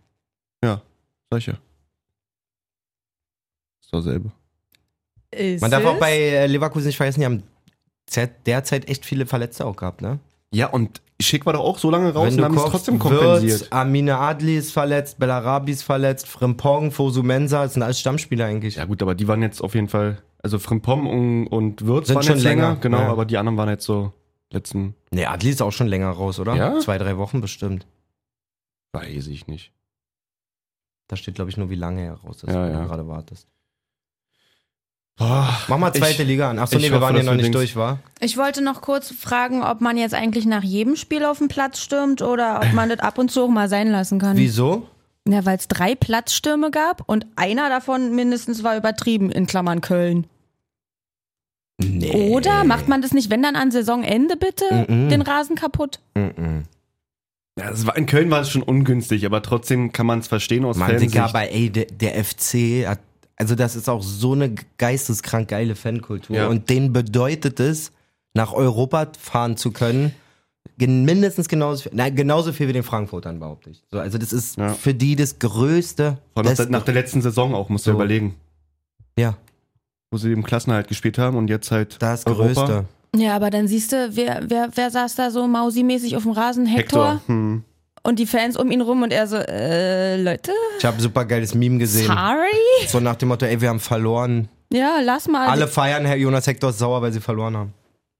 S2: ja.
S3: solche. Ist dasselbe.
S1: Ist
S2: Man darf
S1: es?
S2: auch bei äh, Leverkusen nicht vergessen, die haben zert- derzeit echt viele Verletzte auch gehabt, ne?
S3: Ja, und Schick war doch auch so lange raus
S2: Wenn
S3: und
S2: du
S3: haben es
S2: guckst,
S3: trotzdem
S2: Wirtz,
S3: kompensiert.
S2: Amine Adli ist verletzt, Bellarabi ist verletzt, Frimpong, Fosu Mensah, das sind alles Stammspieler eigentlich.
S3: Ja gut, aber die waren jetzt auf jeden Fall, also Frimpom und, und Wirtz
S2: Sind
S3: waren
S2: schon
S3: jetzt länger,
S2: länger,
S3: genau,
S2: ja.
S3: aber die anderen waren jetzt so letzten,
S2: Nee, Adli ist auch schon länger raus, oder?
S3: Ja?
S2: Zwei, drei Wochen bestimmt.
S3: weiß ich nicht.
S2: Da steht, glaube ich, nur, wie lange er raus ist,
S3: Ja,
S2: wenn
S3: ja.
S2: du gerade wartest.
S3: Boah,
S2: Mach mal zweite
S3: Ich-
S2: Liga an. Achso,
S3: ich
S2: nee, wir
S3: hoffe,
S2: waren hier
S3: dass
S2: noch
S3: wir
S2: nicht
S3: Dings-
S2: durch, war?
S1: Ich wollte noch kurz fragen, ob man jetzt eigentlich nach jedem Spiel auf den Platz stürmt oder ob man das ab und zu auch mal sein lassen kann.
S2: Wieso?
S1: Ja, weil es drei Platzstürme gab und einer davon mindestens war übertrieben, in Klammern Köln.
S2: Nee.
S1: Oder macht man das nicht, wenn dann an Saisonende bitte,
S2: Mhm.
S1: den Rasen kaputt?
S2: Mhm.
S3: ja, das war, in Köln war es schon ungünstig, aber trotzdem kann man es verstehen aus
S2: Mann, Digga,
S3: Fansicht.
S2: bei, ey, der, der FC hat, also das ist auch so eine geisteskrank geile Fankultur.
S3: Ja.
S2: Und denen bedeutet es, nach Europa fahren zu können, gen- mindestens genauso viel, nein, genauso viel wie den Frankfurtern, behaupte ich. So, also das ist
S3: Ja.
S2: für die das Größte.
S3: Vor allem nach, der-
S2: Beste-
S3: nach der letzten Saison auch, musst du
S2: So.
S3: überlegen.
S2: ja,
S3: wo sie im Klassenerhalt gespielt haben und jetzt halt
S2: das
S3: Europa.
S2: Größte.
S1: Ja, aber dann siehst du, wer, wer, wer saß da so mausimäßig auf dem Rasen? Hector,
S3: Hector. Hm.
S1: und die Fans um ihn rum und er so, äh, Leute,
S2: Ich habe ein super geiles Meme gesehen.
S1: sorry?
S2: So nach dem Motto, ey, wir haben verloren.
S1: Ja, lass mal.
S2: Alle feiern, Herr Jonas Hector ist sauer, weil sie verloren haben.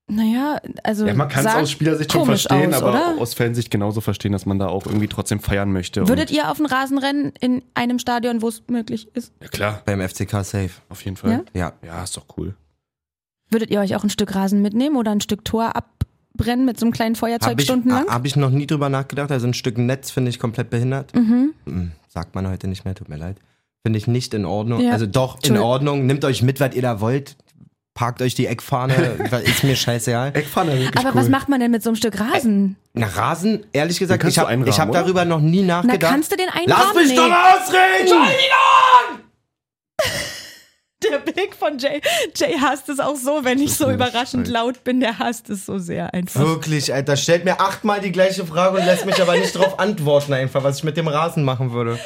S1: Naja, also.
S3: Ja, man kann es
S1: sah
S3: aus Spielersicht schon
S1: komisch
S3: verstehen,
S1: aus,
S3: aber
S1: oder?
S3: aus Fansicht genauso verstehen, dass man da auch irgendwie trotzdem feiern möchte. und-
S1: Würdet ihr auf den Rasen rennen in einem Stadion, wo es möglich ist?
S3: ja, klar,
S2: Beim FCK safe.
S3: auf jeden Fall.
S2: Ja.
S3: Ja? ist doch cool.
S1: Würdet ihr euch auch ein Stück Rasen mitnehmen oder ein Stück Tor abbrennen mit so einem kleinen Feuerzeug
S2: Habe ich,
S1: stundenlang?
S2: hab ich noch nie drüber nachgedacht. Also ein Stück Netz finde ich komplett behindert.
S1: Mhm.
S2: Mm, Sagt man heute nicht mehr, tut mir leid. Finde ich nicht in Ordnung.
S1: Ja.
S2: Also doch in
S1: Entschuldigung.
S2: Ordnung. Nehmt euch mit, was ihr da wollt. Parkt euch die Eckfahne. was- ist mir scheißegal.
S3: Eckfahne wirklich
S1: Aber
S3: cool.
S1: was macht man denn mit so einem Stück Rasen?
S2: Na, Rasen, ehrlich gesagt,
S3: kannst
S2: ich
S3: du
S2: habe
S3: einrahmen,
S2: hab
S3: oder?
S2: darüber noch nie nachgedacht.
S1: kannst du den einrahmen?
S2: Lass mich
S1: Nee.
S2: doch mal ausreden!
S1: Der Blick von Jay. Jay hasst es auch so, wenn ich so
S3: mir
S1: überraschend
S3: scheiß-
S1: laut bin. Der hasst es so sehr einfach.
S2: Wirklich, Alter, stellt mir achtmal die gleiche Frage und lässt mich aber nicht drauf antworten einfach, was ich mit dem Rasen machen würde.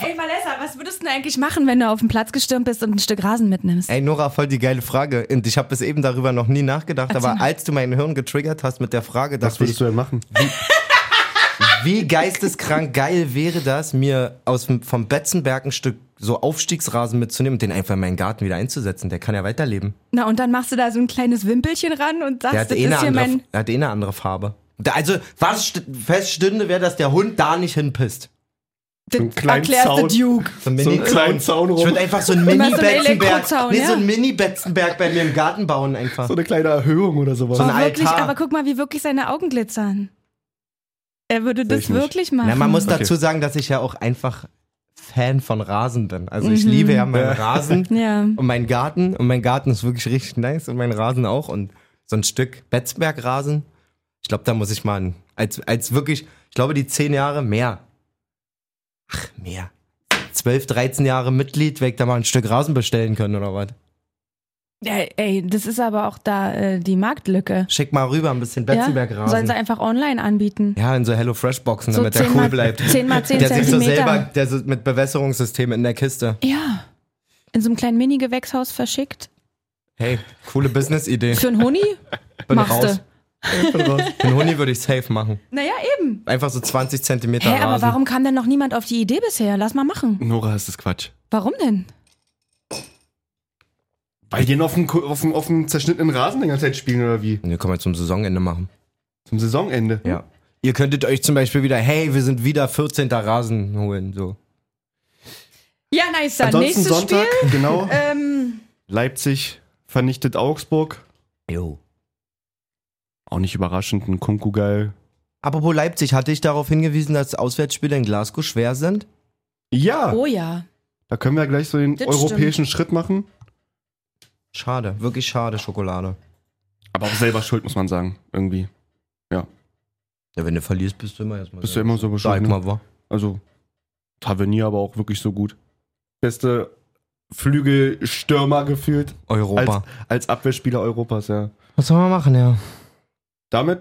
S1: Ey, Malessa, was würdest du denn eigentlich machen, wenn du auf den Platz gestürmt bist und ein Stück Rasen mitnimmst?
S2: Ey, Nora, voll die geile Frage. Und ich habe bis eben darüber noch nie nachgedacht,
S1: Erzähl
S2: aber
S1: mal.
S2: als du mein Hirn getriggert hast mit der Frage,
S3: was
S2: dachte ich,
S3: würdest du denn machen?
S2: wie geisteskrank geil wäre das, mir aus dem, vom Betzenberg ein Stück so Aufstiegsrasen mitzunehmen und den einfach in meinen Garten wieder einzusetzen. Der kann ja weiterleben.
S1: Na, und dann machst du da so ein kleines Wimpelchen ran und
S2: Der
S1: sagst,
S2: hat,
S1: das
S2: eh eine
S1: ist hier
S2: andere,
S1: mein.
S2: der hat eh eine andere Farbe. Da, also, was st- feststünde, wäre, dass der Hund da nicht hinpisst.
S1: Das
S3: einen kleinen
S1: erklärst du
S3: Zaun.
S1: Duke.
S2: So ein
S3: So einen kleinen Zaun rum.
S2: Ich würde einfach so einen
S1: Immer so einen
S2: Mini-Betzenberg.
S1: Elektrozaun,
S2: nee, so einen
S1: ja.
S2: Mini-Betzenberg bei mir im Garten bauen einfach.
S3: So eine kleine Erhöhung oder sowas.
S2: So ein
S1: Oh, wirklich,
S2: Altar.
S1: aber guck mal, wie wirklich seine Augen glitzern. Er würde
S3: ich
S1: das
S3: nicht.
S1: wirklich machen.
S2: Na, man muss
S3: Okay.
S2: dazu sagen, dass ich ja auch einfach Fan von Rasen bin. Also ich liebe ja meinen Rasen
S1: Mhm. ja.
S2: und meinen Garten. Und mein Garten ist wirklich richtig nice und mein Rasen auch. Und so ein Stück Betzbergrasen. Ich glaube, da muss ich mal, ein- als, als wirklich, ich glaube, die zehn Jahre mehr. Ach, mehr. 12, 13 Jahre Mitglied, weg da mal ein Stück Rasen bestellen können oder was.
S1: Ja, ey, das ist aber auch da äh, die Marktlücke.
S2: Schick mal rüber ein bisschen
S1: Ja?
S2: Betzelbergrasen.
S1: Sollen sie einfach online anbieten.
S2: Ja, in so Hello Fresh Boxen, damit
S1: so
S2: der
S1: 10
S2: cool
S1: mal,
S2: bleibt.
S1: 10 mal 10
S2: Der sich so selber,
S1: Zentimeter.
S2: der so mit Bewässerungssystem in der Kiste.
S1: ja. In so einem kleinen Mini-Gewächshaus verschickt.
S2: Hey, coole Business-Idee.
S1: Für einen Huni?
S2: Bin
S1: Machste.
S2: raus. Ich bin raus. Den Huni würde ich safe machen.
S1: Naja, eben.
S2: Einfach so 20 Zentimeter
S1: Hä, aber
S2: Rasen.
S1: warum kam denn noch niemand auf die Idee bisher? Lass mal machen.
S3: Nora, ist das Quatsch.
S1: Warum denn?
S3: Weil die auf dem, Ko- auf dem, auf dem zerschnittenen Rasen die ganze Zeit spielen oder wie?
S2: Nee, können wir zum Saisonende machen.
S3: Zum Saisonende.
S2: Ja. Ihr könntet euch zum Beispiel wieder, hey, wir sind wieder 14. Rasen holen. So.
S1: Ja, nice. Dann
S3: Ansonsten
S1: nächstes
S3: Sonntag,
S1: Spiel.
S3: genau.
S1: Ähm,
S3: Leipzig vernichtet Augsburg.
S2: Jo.
S3: Auch nicht überraschend, ein Kunkugeil.
S2: Apropos Leipzig, hatte ich darauf hingewiesen, dass Auswärtsspiele in Glasgow schwer sind? Ah.
S3: Ja,
S1: oh ja.
S3: da können wir gleich so den
S1: Das
S3: europäischen Schritt machen.
S2: Schade, wirklich schade, Schokolade.
S3: Aber auch selber schuld, muss man sagen, irgendwie.
S2: Ja, wenn du verlierst, bist du immer erstmal.
S3: Bist du immer so
S2: Sag
S3: bescheuert. Ne?
S2: mal, wa?
S3: Also, Tavernier aber auch wirklich so gut. Beste Flügelstürmer gefühlt
S2: Europa.
S3: als, als Abwehrspieler Europas, ja.
S2: Was soll man machen, ja?
S3: Damit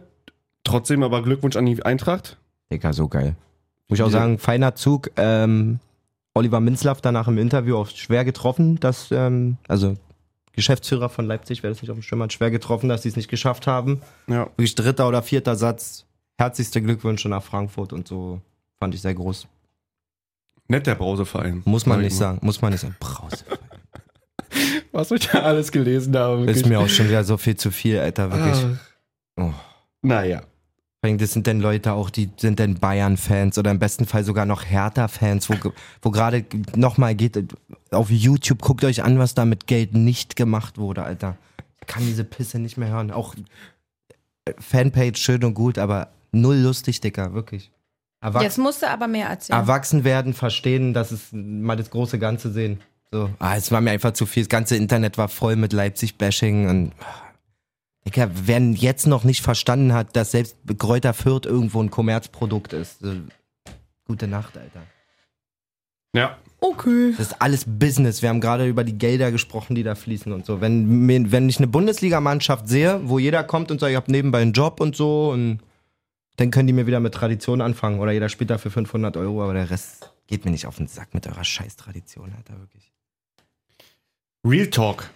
S3: trotzdem aber Glückwunsch an die Eintracht.
S2: Digga, so geil. Muss ich auch sagen, feiner Zug. Ähm, Oliver Minzlaff danach im Interview auch schwer getroffen, dass, ähm, also Geschäftsführer von Leipzig, wer das nicht auf dem Schirm hat, schwer getroffen, dass sie es nicht geschafft haben.
S3: Ja.
S2: Wirklich dritter oder vierter Satz. Herzlichste Glückwünsche nach Frankfurt und so. Fand ich sehr groß.
S3: Nett der Brauseverein.
S2: Muss man
S3: Sag ich
S2: nicht
S3: mal.
S2: sagen. Muss man nicht sagen. Brause.
S3: Was ich da alles gelesen habe. Ah.
S2: Ist mir auch schon wieder so viel zu viel, Alter, wirklich. Oh.
S3: Naja.
S2: Vor allem, Das sind denn Leute auch, die sind denn Bayern-Fans oder im besten Fall sogar noch Hertha-Fans, wo, ge- wo gerade nochmal geht, auf YouTube, guckt euch an, was da mit Geld nicht gemacht wurde, Alter. Ich kann diese Pisse nicht mehr hören. Auch äh, Fanpage schön und gut, aber null lustig, Dicker, wirklich. Erwachs
S1: Jetzt musst du aber mehr erzählen.
S2: Erwachsen werden, verstehen, dass es mal das große Ganze sehen. So. Ah, es war mir einfach zu viel. Das ganze Internet war voll mit Leipzig-Bashing und Digga, wer jetzt noch nicht verstanden hat, dass selbst Kräuter Fürth irgendwo ein Kommerzprodukt ist. So, gute Nacht, Alter.
S3: Ja.
S1: okay.
S2: Das ist alles Business. Wir haben gerade über die Gelder gesprochen, die da fließen und so. Wenn, mir- wenn ich eine Bundesligamannschaft sehe, wo jeder kommt und sagt, ich habe nebenbei einen Job und so, und dann können die mir wieder mit Tradition anfangen. Oder jeder spielt da für 500 Euro, aber der Rest geht mir nicht auf den Sack mit eurer scheiß Tradition, Alter, wirklich.
S3: Real Talk.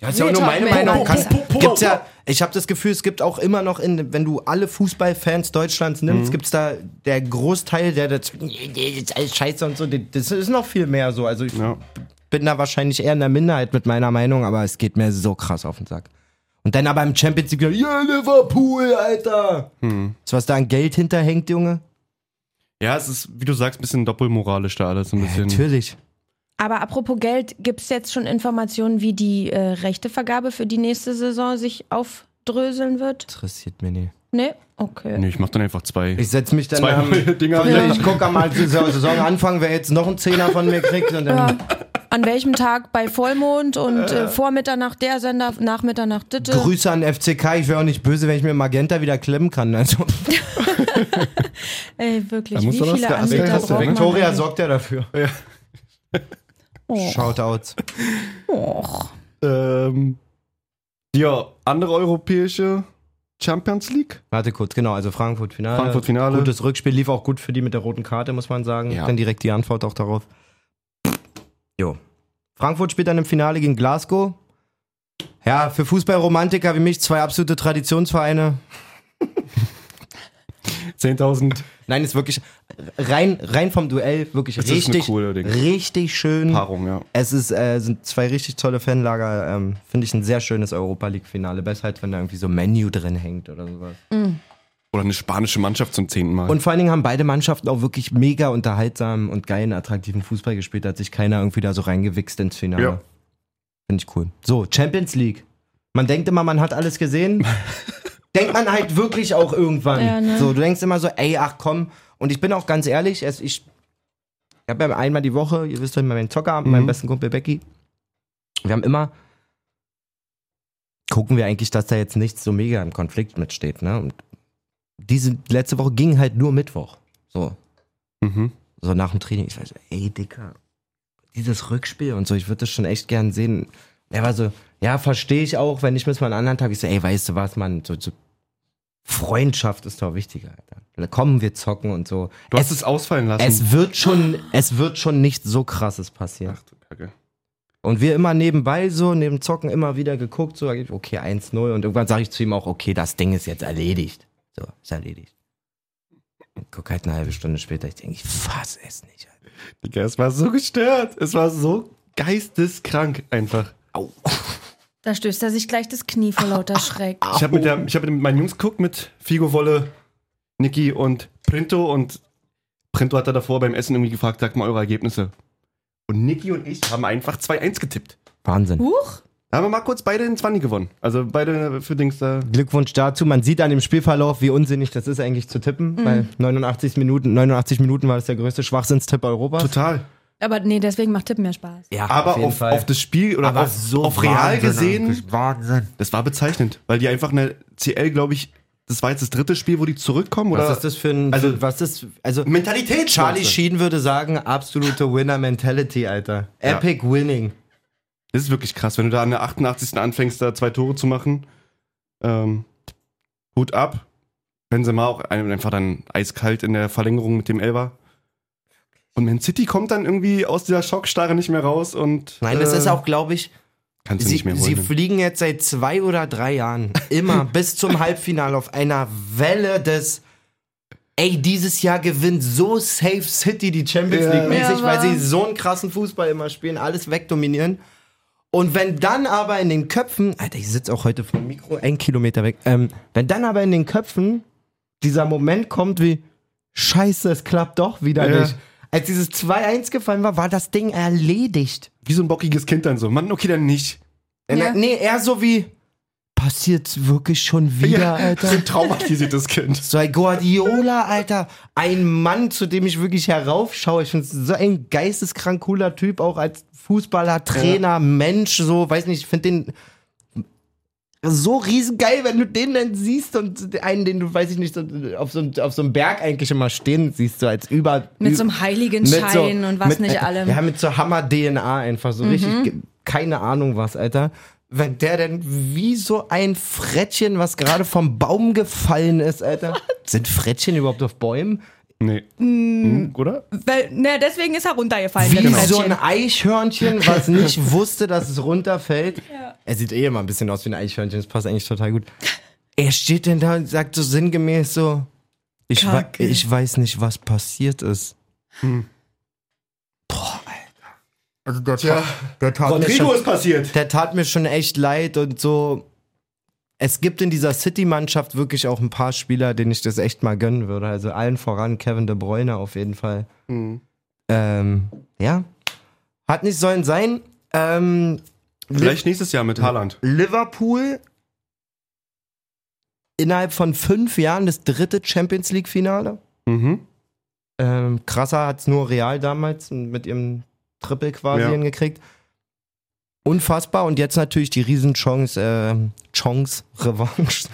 S2: Ja, ist
S1: ja auch nur meine Meinung. Kannst-
S2: gibt's ja, ich habe das Gefühl, es gibt auch immer noch, in, wenn du alle Fußballfans Deutschlands
S1: Mhm.
S2: nimmst, gibt's da der Großteil, der das, das ist alles scheiße und so, das ist noch viel mehr so. Also ich
S3: Ja.
S2: bin da wahrscheinlich eher in der Minderheit mit meiner Meinung, aber es geht mir so krass auf den Sack. Und dann aber im Champions League, ja, Liverpool, Alter. Das, was da an Geld hinterhängt, Junge?
S3: Ja, es ist, wie du sagst, ein bisschen doppelmoralisch da alles. Ein bisschen.
S2: Natürlich.
S1: Aber apropos Geld, gibt es jetzt schon Informationen, wie die äh, Rechtevergabe für die nächste Saison sich aufdröseln wird?
S2: Interessiert mich nicht.
S1: Nee? Okay.
S3: nee, ich mach dann einfach zwei.
S2: Ich setz mich dann
S3: zwei
S2: am-
S3: neue Dinger.
S2: Ja. Ich gucke mal Saison, Saison anfangen, wer jetzt noch einen Zehner von mir kriegt. Und dann
S1: An welchem Tag bei Vollmond und äh, vor Mitternacht der Sender, nach Mitternacht Ditte?
S2: Grüße an FCK. Ich wäre auch nicht böse, wenn ich mir Magenta wieder klemmen kann. Also,
S1: Ey, wirklich,
S3: Da
S1: wie
S3: musst du was
S1: viele
S3: für
S1: Anbieter
S3: Anbieter hast du.
S1: braucht man
S2: Victoria
S1: denn?
S2: sorgt ja dafür.
S1: Oh.
S2: Shoutouts.
S1: Och.
S3: Ähm, ja, andere europäische Champions League.
S2: Warte kurz, genau. Also Frankfurt Finale.
S3: Frankfurt Finale.
S2: Gutes Rückspiel lief auch gut für die mit der roten Karte, muss man sagen.
S3: Ja.
S2: Dann direkt die Antwort auch darauf. Jo. Frankfurt spielt dann im Finale gegen Glasgow. Ja, für Fußballromantiker wie mich zwei absolute Traditionsvereine.
S3: 10.000
S2: Nein, ist wirklich rein, rein vom Duell wirklich
S3: Es ist eine
S2: richtig,
S3: coole Ding.
S2: richtig schön.
S3: Paarung, ja.
S2: Es ist, äh, sind zwei richtig tolle Fanlager. Ähm, Finde ich ein sehr schönes Europa League-Finale. Besser als wenn da irgendwie so ein Menu drin hängt oder sowas.
S3: Oder eine spanische Mannschaft zum zehnten Mal.
S2: Und vor allen Dingen haben beide Mannschaften auch wirklich mega unterhaltsamen und geilen, attraktiven Fußball gespielt. Da hat sich keiner irgendwie da so reingewichst ins Finale.
S3: Ja.
S2: Finde ich cool. So, Champions League. Man denkt immer, man hat alles gesehen. denkt man halt wirklich auch irgendwann.
S1: Ja, ne?
S2: So, du denkst immer so, ey, ach komm. Und ich bin auch ganz ehrlich, es, ich, ich habe ja einmal die Woche, ihr
S3: Mhm.
S2: wisst ja, meinen Zocker, meinen besten Kumpel Becky. Wir haben immer gucken wir eigentlich, dass da jetzt nichts so mega im Konflikt mitsteht. Ne? Und diese letzte Woche ging halt nur Mittwoch. So,
S3: Mhm.
S2: so nach dem Training. Ich sag, so, ey, Dicker, dieses Rückspiel und so, ich würde das schon echt gern sehen. Er war so, ja, verstehe ich auch, wenn ich mit mal einen anderen Tag. Ich so, ey, weißt du was, Mann, so, so Freundschaft ist doch wichtiger, Alter. Kommen wir zocken und so.
S3: Du
S2: es,
S3: hast es ausfallen lassen.
S2: es wird schon, es wird schon nichts so krasses passieren.
S3: Ach du Kacke.
S2: Und wir immer nebenbei so, neben Zocken immer wieder geguckt, so, okay, 1-0. Und irgendwann sage ich zu ihm auch, okay, das Ding ist jetzt erledigt. So, ist erledigt. Und guck halt eine halbe Stunde später, ich denke, ich fass es nicht. Alter.
S3: Digga, es war so gestört. Es war so geisteskrank einfach.
S2: Au.
S1: Da stößt er sich gleich das Knie vor lauter Schreck.
S3: Ich habe mit, der- ich hab mit meinen Jungs geguckt, mit Figo Wolle, Niki und Printo. Und Printo hat da davor beim Essen irgendwie gefragt, sagt mal eure Ergebnisse. Und Niki und ich haben einfach 2-1 getippt.
S2: Wahnsinn.
S1: Huch,
S3: Da haben wir mal kurz beide in 20 gewonnen. Also beide für Dings da.
S2: Glückwunsch dazu. Man sieht an dem Spielverlauf, wie unsinnig das ist eigentlich zu tippen, weil 89 Minuten, 89 Minuten war das der größte Schwachsinnstipp Europas.
S3: Total.
S1: aber nee, deswegen macht Tippen mehr Spaß.
S2: Ja,
S3: Aber auf, auf, das Spiel oder
S2: Aber
S3: auf, auf real
S2: Wahnsinn
S3: gesehen,
S2: eigentlich. Wahnsinn.
S3: das war bezeichnend. Weil die einfach eine CL, glaube ich, das war jetzt das dritte Spiel, wo die zurückkommen. Oder?
S2: Was ist das für ein.
S3: Also-
S2: Also, was ist. Also,
S3: Mentalität.
S2: Charlie
S3: Scheiße.
S2: Sheen würde sagen, absolute Winner-Mentality, Alter.
S3: Ja.
S2: Epic Winning.
S3: Das ist wirklich krass, wenn du da an der 88. anfängst, da zwei Tore zu machen. Ähm, Hut ab. Benzema auch ein- einfach dann eiskalt in der Verlängerung mit dem Elber. Und Man City kommt dann irgendwie aus dieser Schockstarre nicht mehr raus und.
S2: Nein, das
S3: äh,
S2: ist auch, glaube ich,
S3: Kannst du
S2: sie,
S3: nicht mehr
S2: sie
S3: holen. ne?
S2: fliegen jetzt seit zwei oder drei Jahren immer bis zum Halbfinale auf einer Welle des Ey, dieses Jahr gewinnt so Safe City die Champions
S3: Ja.
S2: League mäßig,
S1: Ja,
S2: weil
S1: wahr.
S2: sie so einen krassen Fußball immer spielen, alles wegdominieren. Und wenn dann aber in den Köpfen, Alter, ich sitze auch heute vom Mikro ein Kilometer weg, ähm, wenn dann aber in den Köpfen dieser Moment kommt wie, scheiße, es klappt doch wieder
S3: Ja.
S2: nicht. Als dieses 2-1 gefallen war, war das Ding erledigt.
S3: Wie so ein bockiges Kind dann so. Mann, okay, dann nicht.
S1: Ja.
S2: Na, nee, eher so wie, passiert's wirklich schon wieder, Alter?
S3: Ein traumatisiertes Kind.
S2: So ein Guardiola, Alter. Ein Mann, zu dem ich wirklich heraufschaue. Ich finde so ein geisteskrank cooler Typ, auch als Fußballer, Trainer, Mensch, so, weiß nicht, ich finde den so riesengeil, wenn du den dann siehst und einen, den du, weiß ich nicht, so, auf, so, einem- auf so einem Berg eigentlich immer stehen siehst, so als über...
S1: Mit
S2: ü-
S1: so einem heiligen
S2: mit so-
S1: Schein und was
S2: mit-
S1: nicht
S2: äh,
S1: allem. Mhm.
S2: Ja, mit so Hammer-DNA einfach, so richtig, ge- keine Ahnung was, Alter. Wenn der denn wie so ein Frettchen, was gerade vom Baum gefallen ist, Alter. Sind Frettchen überhaupt auf Bäumen?
S3: Nee. Hm, Oder?
S1: Weil, na, deswegen ist er runtergefallen.
S2: Wie
S1: der
S2: so
S1: Frettchen.
S2: ein Eichhörnchen, was nicht wusste, dass es runterfällt. Er sieht eh immer ein bisschen aus wie ein Eichhörnchen, das passt eigentlich total gut. Er steht denn da und sagt so sinngemäß so, ich, wei-
S1: Kacke.
S2: ich weiß nicht, was passiert ist. Boah, Alter. Also der, der tat mir schon-
S3: ist passiert.
S2: der tat mir schon echt leid und so. Es gibt in dieser City-Mannschaft wirklich auch ein paar Spieler, denen ich das echt mal gönnen würde. Also allen voran Kevin De Bruyne auf jeden Fall.
S3: Hm.
S2: Ähm, ja. Hat nicht sollen sein. Ähm,
S3: Vielleicht nächstes Jahr mit Haaland.
S2: Liverpool innerhalb von fünf Jahren das dritte Champions League-Finale.
S3: Mhm.
S2: Ähm, krasser hat es nur Real damals mit ihrem Triple quasi
S3: Ja.
S2: hingekriegt. Unfassbar. Und jetzt natürlich die Riesenchance, ähm, Chance, Revanche,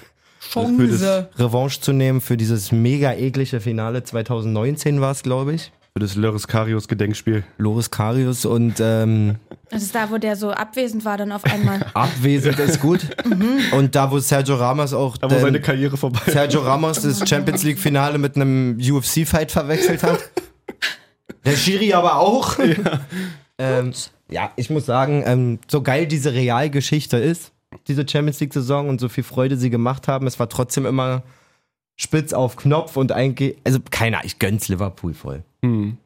S3: Chance.
S2: Revanche zu nehmen für dieses mega eklige Finale. 2019 war es, glaube ich.
S3: Für das Loris Karius Gedenkspiel.
S2: Loris Karius und ähm,
S1: Das ist da, wo der so abwesend war dann auf einmal.
S2: abwesend ist gut. Und da, wo Sergio Ramos auch
S3: Da wo
S2: ähm,
S3: seine Karriere vorbei ist.
S2: Sergio Ramos das Champions League Finale mit einem UFC Fight verwechselt hat. Der Schiri aber auch. Ja, ähm, ja ich muss sagen, ähm, so geil diese Realgeschichte ist, diese Champions League Saison und so viel Freude sie gemacht haben, es war trotzdem immer spitz auf Knopf und eigentlich, also keiner, ich gönn's Liverpool voll.
S3: Hm.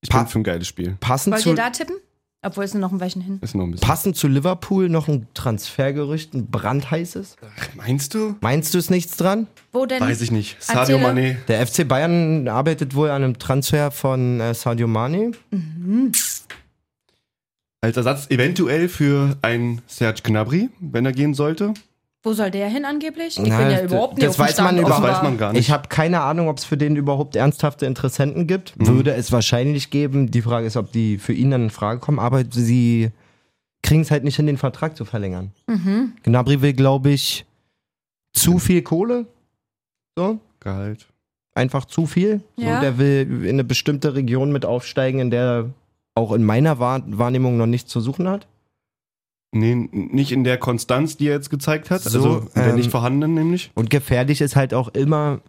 S3: Ich
S2: Pa-
S3: bin für ein geiles Spiel.
S2: Passend
S1: Wollt
S2: zu,
S1: ihr da tippen? Obwohl es sind noch ein Weichen hin.
S3: Ist noch ein bisschen.
S2: passend zu Liverpool noch ein Transfergerücht, ein brandheißes.
S3: Meinst du?
S2: Meinst du es nichts dran?
S1: Wo denn?
S3: Weiß ich nicht. Sadio
S1: Erzähle.
S3: Mané.
S2: Der FC Bayern arbeitet wohl an einem Transfer von äh, Sadio Mane.
S3: Als Ersatz eventuell für einen Serge Gnabry, wenn er gehen sollte.
S1: Wo soll der hin angeblich? Ich
S2: Na,
S1: bin ja
S2: d-
S1: überhaupt nicht
S2: das
S1: auf dem
S2: weiß man
S1: Stand,
S2: überhaupt-
S1: offenbar.
S3: Weiß man gar nicht.
S2: Ich habe keine Ahnung, ob es für den überhaupt ernsthafte Interessenten
S3: Mhm.
S2: gibt. Würde es wahrscheinlich geben. Die Frage ist, ob die für ihn dann in Frage kommen. Aber sie kriegen es halt nicht hin, den Vertrag zu verlängern.
S1: Mhm,
S2: Gnabry will, glaube ich, zu viel Kohle. So,
S3: Gehalt.
S2: einfach zu viel.
S1: Ja.
S2: So, der will in eine bestimmte Region mit aufsteigen, in der er auch in meiner Wahr Wahrnehmung noch nichts zu suchen hat.
S3: Nee, n- nicht in der Konstanz, die er jetzt gezeigt hat. also
S2: So,
S3: in der
S2: ähm,
S3: nicht vorhandenen nämlich.
S2: Und gefährlich ist halt auch immer,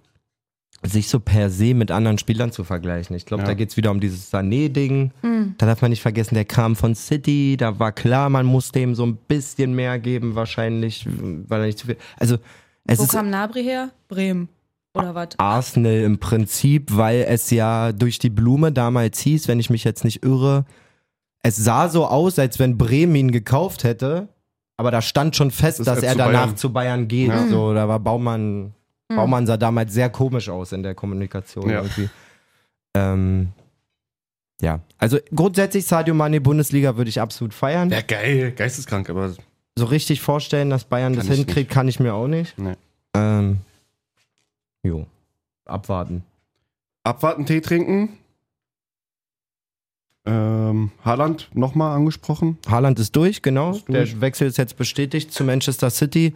S2: sich so per se mit anderen Spielern zu vergleichen. Ich glaube,
S3: Ja.
S2: da geht es wieder um dieses Sané-Ding.
S1: Hm.
S2: Da darf man nicht vergessen, der kam von City. Da war klar, man muss dem so ein bisschen mehr geben, wahrscheinlich, weil er nicht zu viel. Also, es
S1: Wo
S2: ist
S1: kam Nabri her? Bremen. Oder was?
S2: Arsenal im Prinzip, weil es ja durch die Blume damals hieß, wenn ich mich jetzt nicht irre, es sah so aus, als wenn Bremen ihn gekauft hätte, aber da stand schon fest,
S3: Dass
S2: dass
S3: er
S2: er
S3: zu
S2: danach
S3: Bayern-
S2: zu Bayern geht.
S3: Ja.
S2: So, da war Baumann, Baumann sah damals sehr komisch aus in der Kommunikation
S3: Ja.
S2: irgendwie. Ähm, ja, also grundsätzlich Sadio Mane Bundesliga würde ich absolut feiern.
S3: Ja, geil. Geisteskrank, aber
S2: So richtig vorstellen, dass Bayern
S3: Kann
S2: das
S3: ich
S2: hinkriegt, kann ich mir auch nicht.
S3: Nee.
S2: Ähm, jo, abwarten.
S3: abwarten, Tee trinken. Ähm, Haaland nochmal angesprochen.
S2: Haaland ist durch, genau.
S3: Ist durch.
S2: Der Wechsel ist jetzt bestätigt zu Manchester City.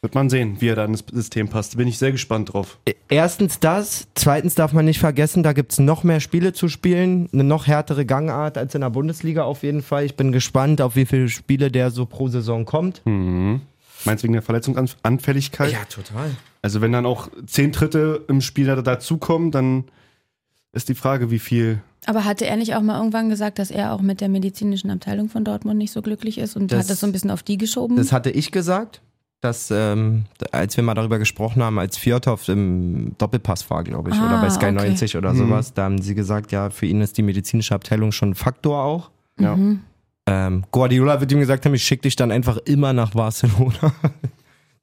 S3: Wird man sehen, wie er da ins System passt. Bin ich sehr gespannt drauf.
S2: Erstens das, zweitens darf man nicht vergessen, da gibt es noch mehr Spiele zu spielen, eine noch härtere Gangart als in der Bundesliga auf jeden Fall. Ich bin gespannt, auf wie viele Spiele der so pro Saison kommt.
S3: Mhm. Meinst du wegen der Verletzungsanfälligkeit?
S2: total.
S3: Also wenn dann auch zehn Tritte im Spiel da- dazukommen, dann ist die Frage, wie viel.
S1: Aber hatte er nicht auch mal irgendwann gesagt, dass er auch mit der medizinischen Abteilung von Dortmund nicht so glücklich ist und
S2: Das-
S1: hat das so ein bisschen auf die geschoben?
S2: Das hatte ich gesagt, dass, ähm, als wir mal darüber gesprochen haben, als Fjordhoff im Doppelpass war, glaube ich, oder
S1: Ah,
S2: bei Sky
S1: okay.
S2: 90 oder
S3: Mhm.
S2: sowas, da haben sie gesagt, ja, für ihn ist die medizinische Abteilung schon ein Faktor auch.
S3: Ja.
S1: Mhm.
S2: Ähm, Guardiola wird ihm gesagt haben, ich schicke dich dann einfach immer nach Barcelona.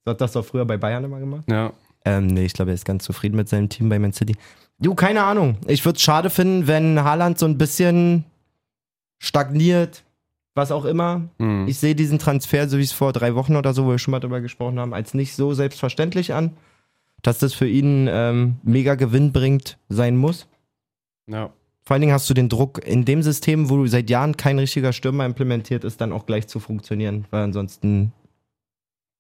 S2: so hat das doch früher bei Bayern immer gemacht.
S3: Ja.
S2: Ähm, nee, ich glaube, er ist ganz zufrieden mit seinem Team bei Man City. Du, keine Ahnung. Ich würde es schade finden, wenn Haaland so ein bisschen stagniert, was auch immer.
S3: Mhm.
S2: Ich sehe diesen Transfer, so wie es vor drei Wochen oder so, wo wir schon mal drüber gesprochen haben, als nicht so selbstverständlich an, dass das für ihn ähm, mega Gewinn bringt sein muss.
S3: ja.
S2: Vor allen Dingen hast du den Druck, in dem System, wo seit Jahren kein richtiger Stürmer implementiert ist, dann auch gleich zu funktionieren, weil ansonsten.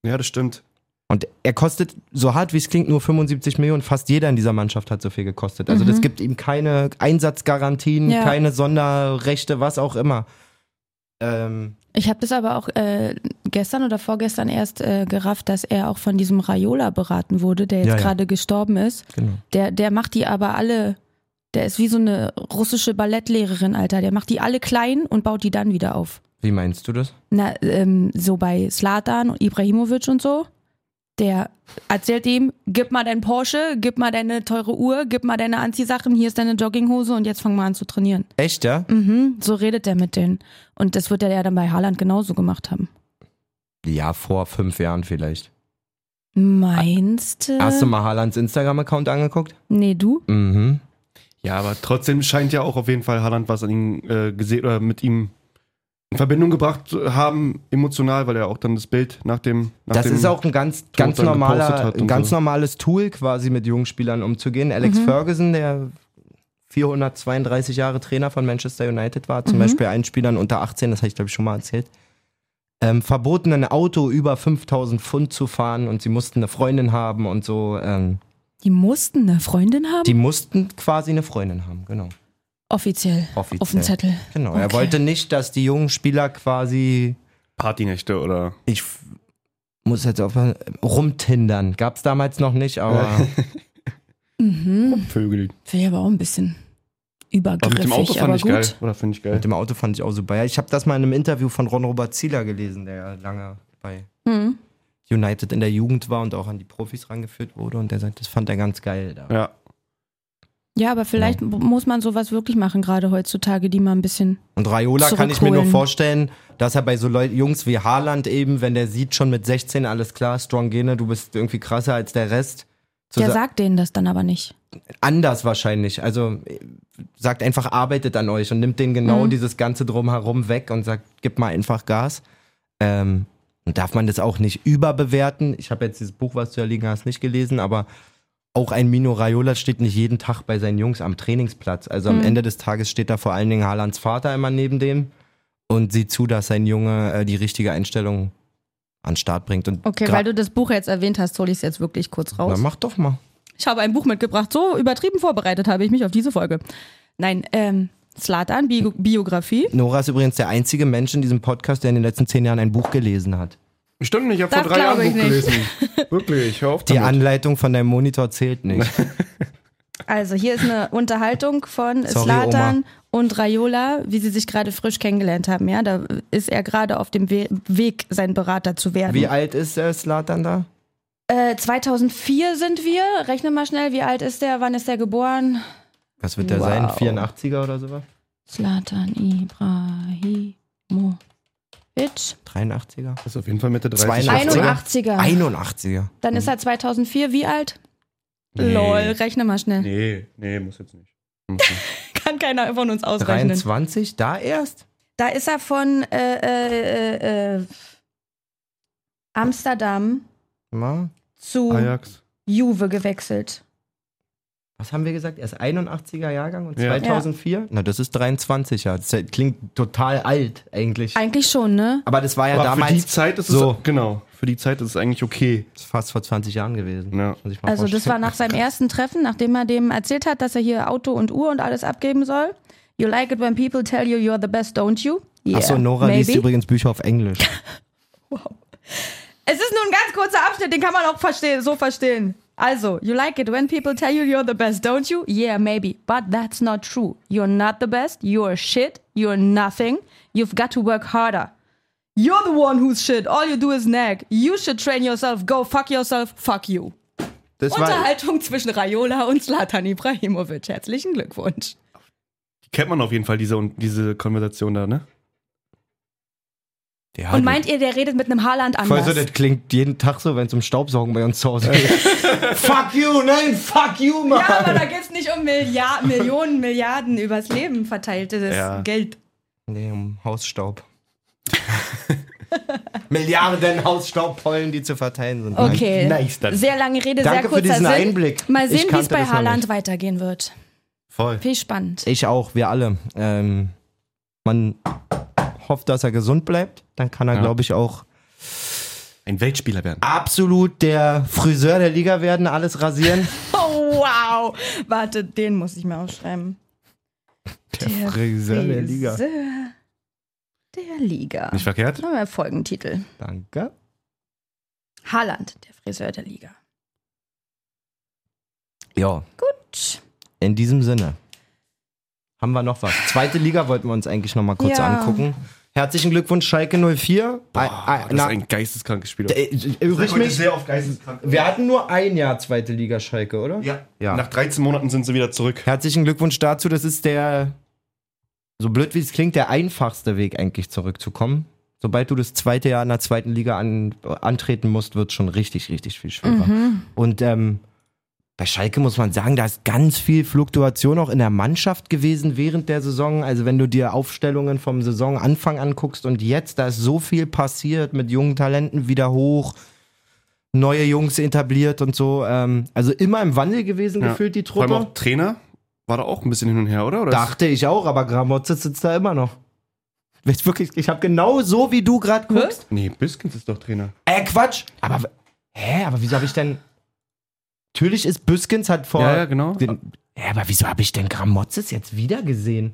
S3: Ja, das stimmt.
S2: Und er kostet, so hart wie es klingt, nur 75 Millionen. Fast jeder in dieser Mannschaft hat so viel gekostet. Also, das gibt ihm keine Einsatzgarantien,
S1: Ja.
S2: keine Sonderrechte, was auch immer. Ähm,
S1: Ich habe das aber auch äh, gestern oder vorgestern erst äh, gerafft, dass er auch von diesem Raiola beraten wurde, der jetzt
S2: Ja, ja.
S1: gerade gestorben ist.
S2: genau.
S1: Der, der macht die aber alle, der ist wie so eine russische Ballettlehrerin, Alter. Der macht die alle klein und baut die dann wieder auf.
S2: Wie meinst du das?
S1: Na, ähm, so bei Slatan und Ibrahimovic und so. Der erzählt ihm, gib mal dein Porsche, gib mal deine teure Uhr, gib mal deine Anziehsachen, hier ist deine Jogginghose und jetzt fang mal an zu trainieren.
S2: Echt, ja?
S1: Mhm, so redet er mit denen. Und das wird er ja dann bei Haaland genauso gemacht haben.
S2: Ja, vor fünf Jahren vielleicht.
S1: Meinst du?
S2: Hast du mal Haalands Instagram-Account angeguckt?
S1: Nee, du?
S2: Mhm.
S3: Ja, aber trotzdem scheint ja auch auf jeden Fall Haaland was an ihn äh, gesehen oder mit ihm in Verbindung gebracht zu haben, emotional, weil er auch dann das Bild nach dem. Nach
S2: Das
S3: dem
S2: ist auch ein ganz, ganz,
S3: dann gepostet
S2: normaler,
S3: hat und
S2: ein ganz
S3: so.
S2: normales Tool, quasi mit jungen Spielern umzugehen. Alex Ferguson, der 432 Jahre Trainer von Manchester United war, zum Beispiel einen Spielern unter 18, das habe ich glaube ich schon mal erzählt, ähm, verboten, ein Auto über 5000 Pfund zu fahren und sie mussten eine Freundin haben und so. Ähm,
S1: Die mussten eine Freundin haben?
S2: die mussten quasi eine Freundin haben, genau.
S1: Offiziell.
S2: Offiziell.
S1: Auf dem Zettel.
S2: Genau. Er
S1: Okay.
S2: wollte nicht, dass die jungen Spieler quasi
S3: Partynächte oder.
S2: ich f- muss jetzt aufhören, rumtindern. Gab's damals noch nicht, aber
S1: Mhm.
S3: Vögel.
S1: Finde ich aber auch ein bisschen
S3: Aber mit
S1: übergriffig,
S3: dem Auto fand
S1: aber
S3: ich
S1: gut.
S3: geil. Oder finde ich geil.
S2: mit dem Auto fand ich auch super. Ja, ich habe das mal in einem Interview von Ron-Robert Zieler gelesen, der ja lange bei
S1: Mhm.
S2: United in der Jugend war und auch an die Profis rangeführt wurde und der sagt, das fand er ganz geil. Da.
S3: Ja.
S1: Ja, aber vielleicht mu- muss man sowas wirklich machen, gerade heutzutage, die mal ein bisschen.
S2: Und Raiola kann ich mir nur
S1: Zurückholen.
S2: vorstellen, dass er bei so Leu Jungs wie Haaland eben, wenn der sieht, schon mit 16 alles klar, strong Gene, du bist irgendwie krasser als der Rest. zu
S1: Der
S2: sa-
S1: sagt denen das dann aber nicht.
S2: anders wahrscheinlich. Also äh, sagt einfach, arbeitet an euch und nimmt denen genau
S1: Mhm.
S2: dieses Ganze drumherum weg und sagt, gib mal einfach Gas. Ähm, und darf man das auch nicht überbewerten? Ich habe jetzt dieses Buch, was du ja liegen hast, nicht gelesen, aber auch ein Mino Raiola steht nicht jeden Tag
S1: Mhm.
S2: bei seinen Jungs am Trainingsplatz. Also am Ende des Tages steht da vor allen Dingen Haalands Vater immer neben dem und sieht zu, dass sein Junge äh, die richtige Einstellung an den Start bringt. Und
S1: Okay,
S2: gra-
S1: weil du das Buch jetzt erwähnt hast, hole ich es jetzt wirklich kurz raus.
S2: Na, mach doch mal.
S1: Ich habe ein Buch mitgebracht, so übertrieben vorbereitet habe ich mich auf diese Folge. Nein, ähm, Slatan,
S2: Hm.
S1: Bio Biografie.
S2: Nora ist übrigens der einzige Mensch in diesem Podcast, der in den letzten zehn Jahren ein Buch gelesen hat.
S3: Stimmt, ich habe vor
S1: Das
S3: drei Jahren
S1: glaub ich
S3: ein Buch
S1: nicht.
S3: gelesen. Wirklich, hör auf
S2: Die
S3: damit.
S2: Anleitung von deinem Monitor zählt nicht.
S1: Also hier ist eine Unterhaltung von
S2: Sorry,
S1: Slatan
S2: Oma.
S1: und Raiola, wie sie sich gerade frisch kennengelernt haben. Ja, da ist er gerade auf dem We Weg, sein Berater zu werden.
S2: Wie alt ist der Slatan da?
S1: äh, 2004 sind wir. Rechne mal schnell, wie alt ist der? Wann ist der geboren?
S2: Was wird der
S1: Wow.
S2: sein? 84er oder sowas?
S1: Slatan Ibrahimovic.
S2: 83er?
S3: Das ist auf jeden Fall Mitte 30.
S2: 82.
S1: 81er.
S2: 81er.
S1: Dann ist er 2004 wie alt?
S3: Mhm. Nee.
S1: Lol, rechne mal schnell.
S3: Nee, nee, muss jetzt nicht. Muss nicht.
S1: Kann keiner von uns ausrechnen.
S2: 23? Da erst?
S1: Da ist er von äh, äh, äh, äh, Amsterdam
S2: Na,
S1: zu
S3: Ajax.
S1: Juve gewechselt.
S2: Was haben wir gesagt? Er ist 81er Jahrgang und
S3: Ja.
S2: 2004? Na, das ist 23 Jahre. Das klingt total alt eigentlich.
S1: Eigentlich schon, ne?
S2: Aber das war ja
S3: Aber für die
S2: damals
S3: Zeit ist
S2: so.
S3: es genau. Für die Zeit ist es eigentlich okay. ne?
S2: fast vor 20 Jahren gewesen.
S3: Ja.
S2: Muss ich mal
S1: Also das
S2: vorstellen.
S1: war nach seinem ersten Treffen, nachdem er dem erzählt hat, dass er hier Auto und Uhr und alles abgeben soll. You like it when people tell you you're the best, don't you? Yeah,
S2: Achso, Nora liest übrigens Bücher auf Englisch.
S1: Es ist nur ein ganz kurzer Abschnitt, den kann man auch verstehen, so verstehen. Also, you like it when people tell you you're the best, don't you? Yeah, maybe. But that's not true. You're not the best. You're shit. You're nothing. You've got to work harder. You're the one who's shit. All you do is nag. You should train yourself. Go fuck yourself. Fuck you.
S2: Das war,
S1: Unterhaltung zwischen Raiola und Zlatan Ibrahimovic. Herzlichen Glückwunsch.
S3: Die kennt man auf jeden Fall, diese, diese Konversation da, ne?
S2: ja,
S1: Und meint ihr, der redet mit einem Haaland
S2: voll so,
S1: anders?
S2: das klingt jeden Tag so, wenn es um Staubsaugen bei uns zu Hause geht. fuck you, nein, fuck you, Mann.
S1: Ja, aber da geht's nicht um Milliard Millionen, Milliarden übers Leben verteiltes
S3: Ja.
S1: Geld.
S2: Nee, um Hausstaub. Milliarden Hausstaubpollen, die zu verteilen sind.
S1: Okay.
S2: Nice, das
S1: Sehr lange Rede,
S2: Danke
S1: sehr
S2: für
S1: kurzer
S2: diesen
S1: Sinn.
S2: Einblick.
S1: Mal
S2: Ich
S1: sehen, wie es
S2: kannte
S1: bei
S2: das noch
S1: Haaland
S2: nicht.
S1: weitergehen wird.
S2: voll.
S1: Viel spannend.
S2: Ich auch, wir alle. Ähm, man hofft, dass er gesund bleibt. Dann kann er,
S3: Ja.
S2: glaube ich, auch
S3: Ein Weltspieler werden.
S2: absolut der Friseur der Liga werden, alles rasieren.
S1: Oh, wow. Warte, den muss ich mir aufschreiben. Der
S2: Friseur der Liga.
S1: Friseur der Liga.
S3: Nicht verkehrt?
S1: Nochmal Folgentitel.
S2: Danke.
S1: Haaland, der Friseur der Liga.
S2: Ja,
S1: Gut.
S2: in diesem Sinne. Haben wir noch was? Zweite Liga wollten wir uns eigentlich noch mal kurz
S1: Ja.
S2: angucken. Herzlichen Glückwunsch, Schalke 04. Boah,
S3: Ah, das ist ein geisteskrankes Spiel.
S2: äh, Übrig mich,
S3: oft geisteskrank.
S2: wir hatten nur ein Jahr zweite Liga Schalke, oder?
S3: Ja.
S2: Ja.
S3: Nach 13 Monaten sind sie wieder zurück.
S2: Herzlichen Glückwunsch dazu. Das ist der, so blöd wie es klingt, der einfachste Weg eigentlich zurückzukommen. Sobald du das zweite Jahr in der zweiten Liga an, antreten musst, wird schon richtig, richtig viel schwerer.
S1: Mhm.
S2: Und ähm, bei Schalke muss man sagen, da ist ganz viel Fluktuation auch in der Mannschaft gewesen während der Saison. Also wenn du dir Aufstellungen vom Saisonanfang anguckst und jetzt, da ist so viel passiert mit jungen Talenten wieder hoch, neue Jungs etabliert und so. Ähm, also immer im Wandel gewesen
S3: Ja.
S2: gefühlt die Truppe.
S3: Vor allem auch Trainer war da auch ein bisschen hin und her, oder? oder ist-
S2: Dachte ich auch, aber Gramotze sitzt da immer noch. Ich, wirklich, ich habe genau so, wie du gerade guckst.
S3: Nee, Biskins ist doch Trainer.
S2: Äh, Quatsch. Aber, w- hä, aber wieso habe ich denn... Natürlich ist Büskens hat vor...
S3: Ja, ja, genau.
S2: Den, hä, aber wieso habe ich denn Gramotzes jetzt wieder gesehen?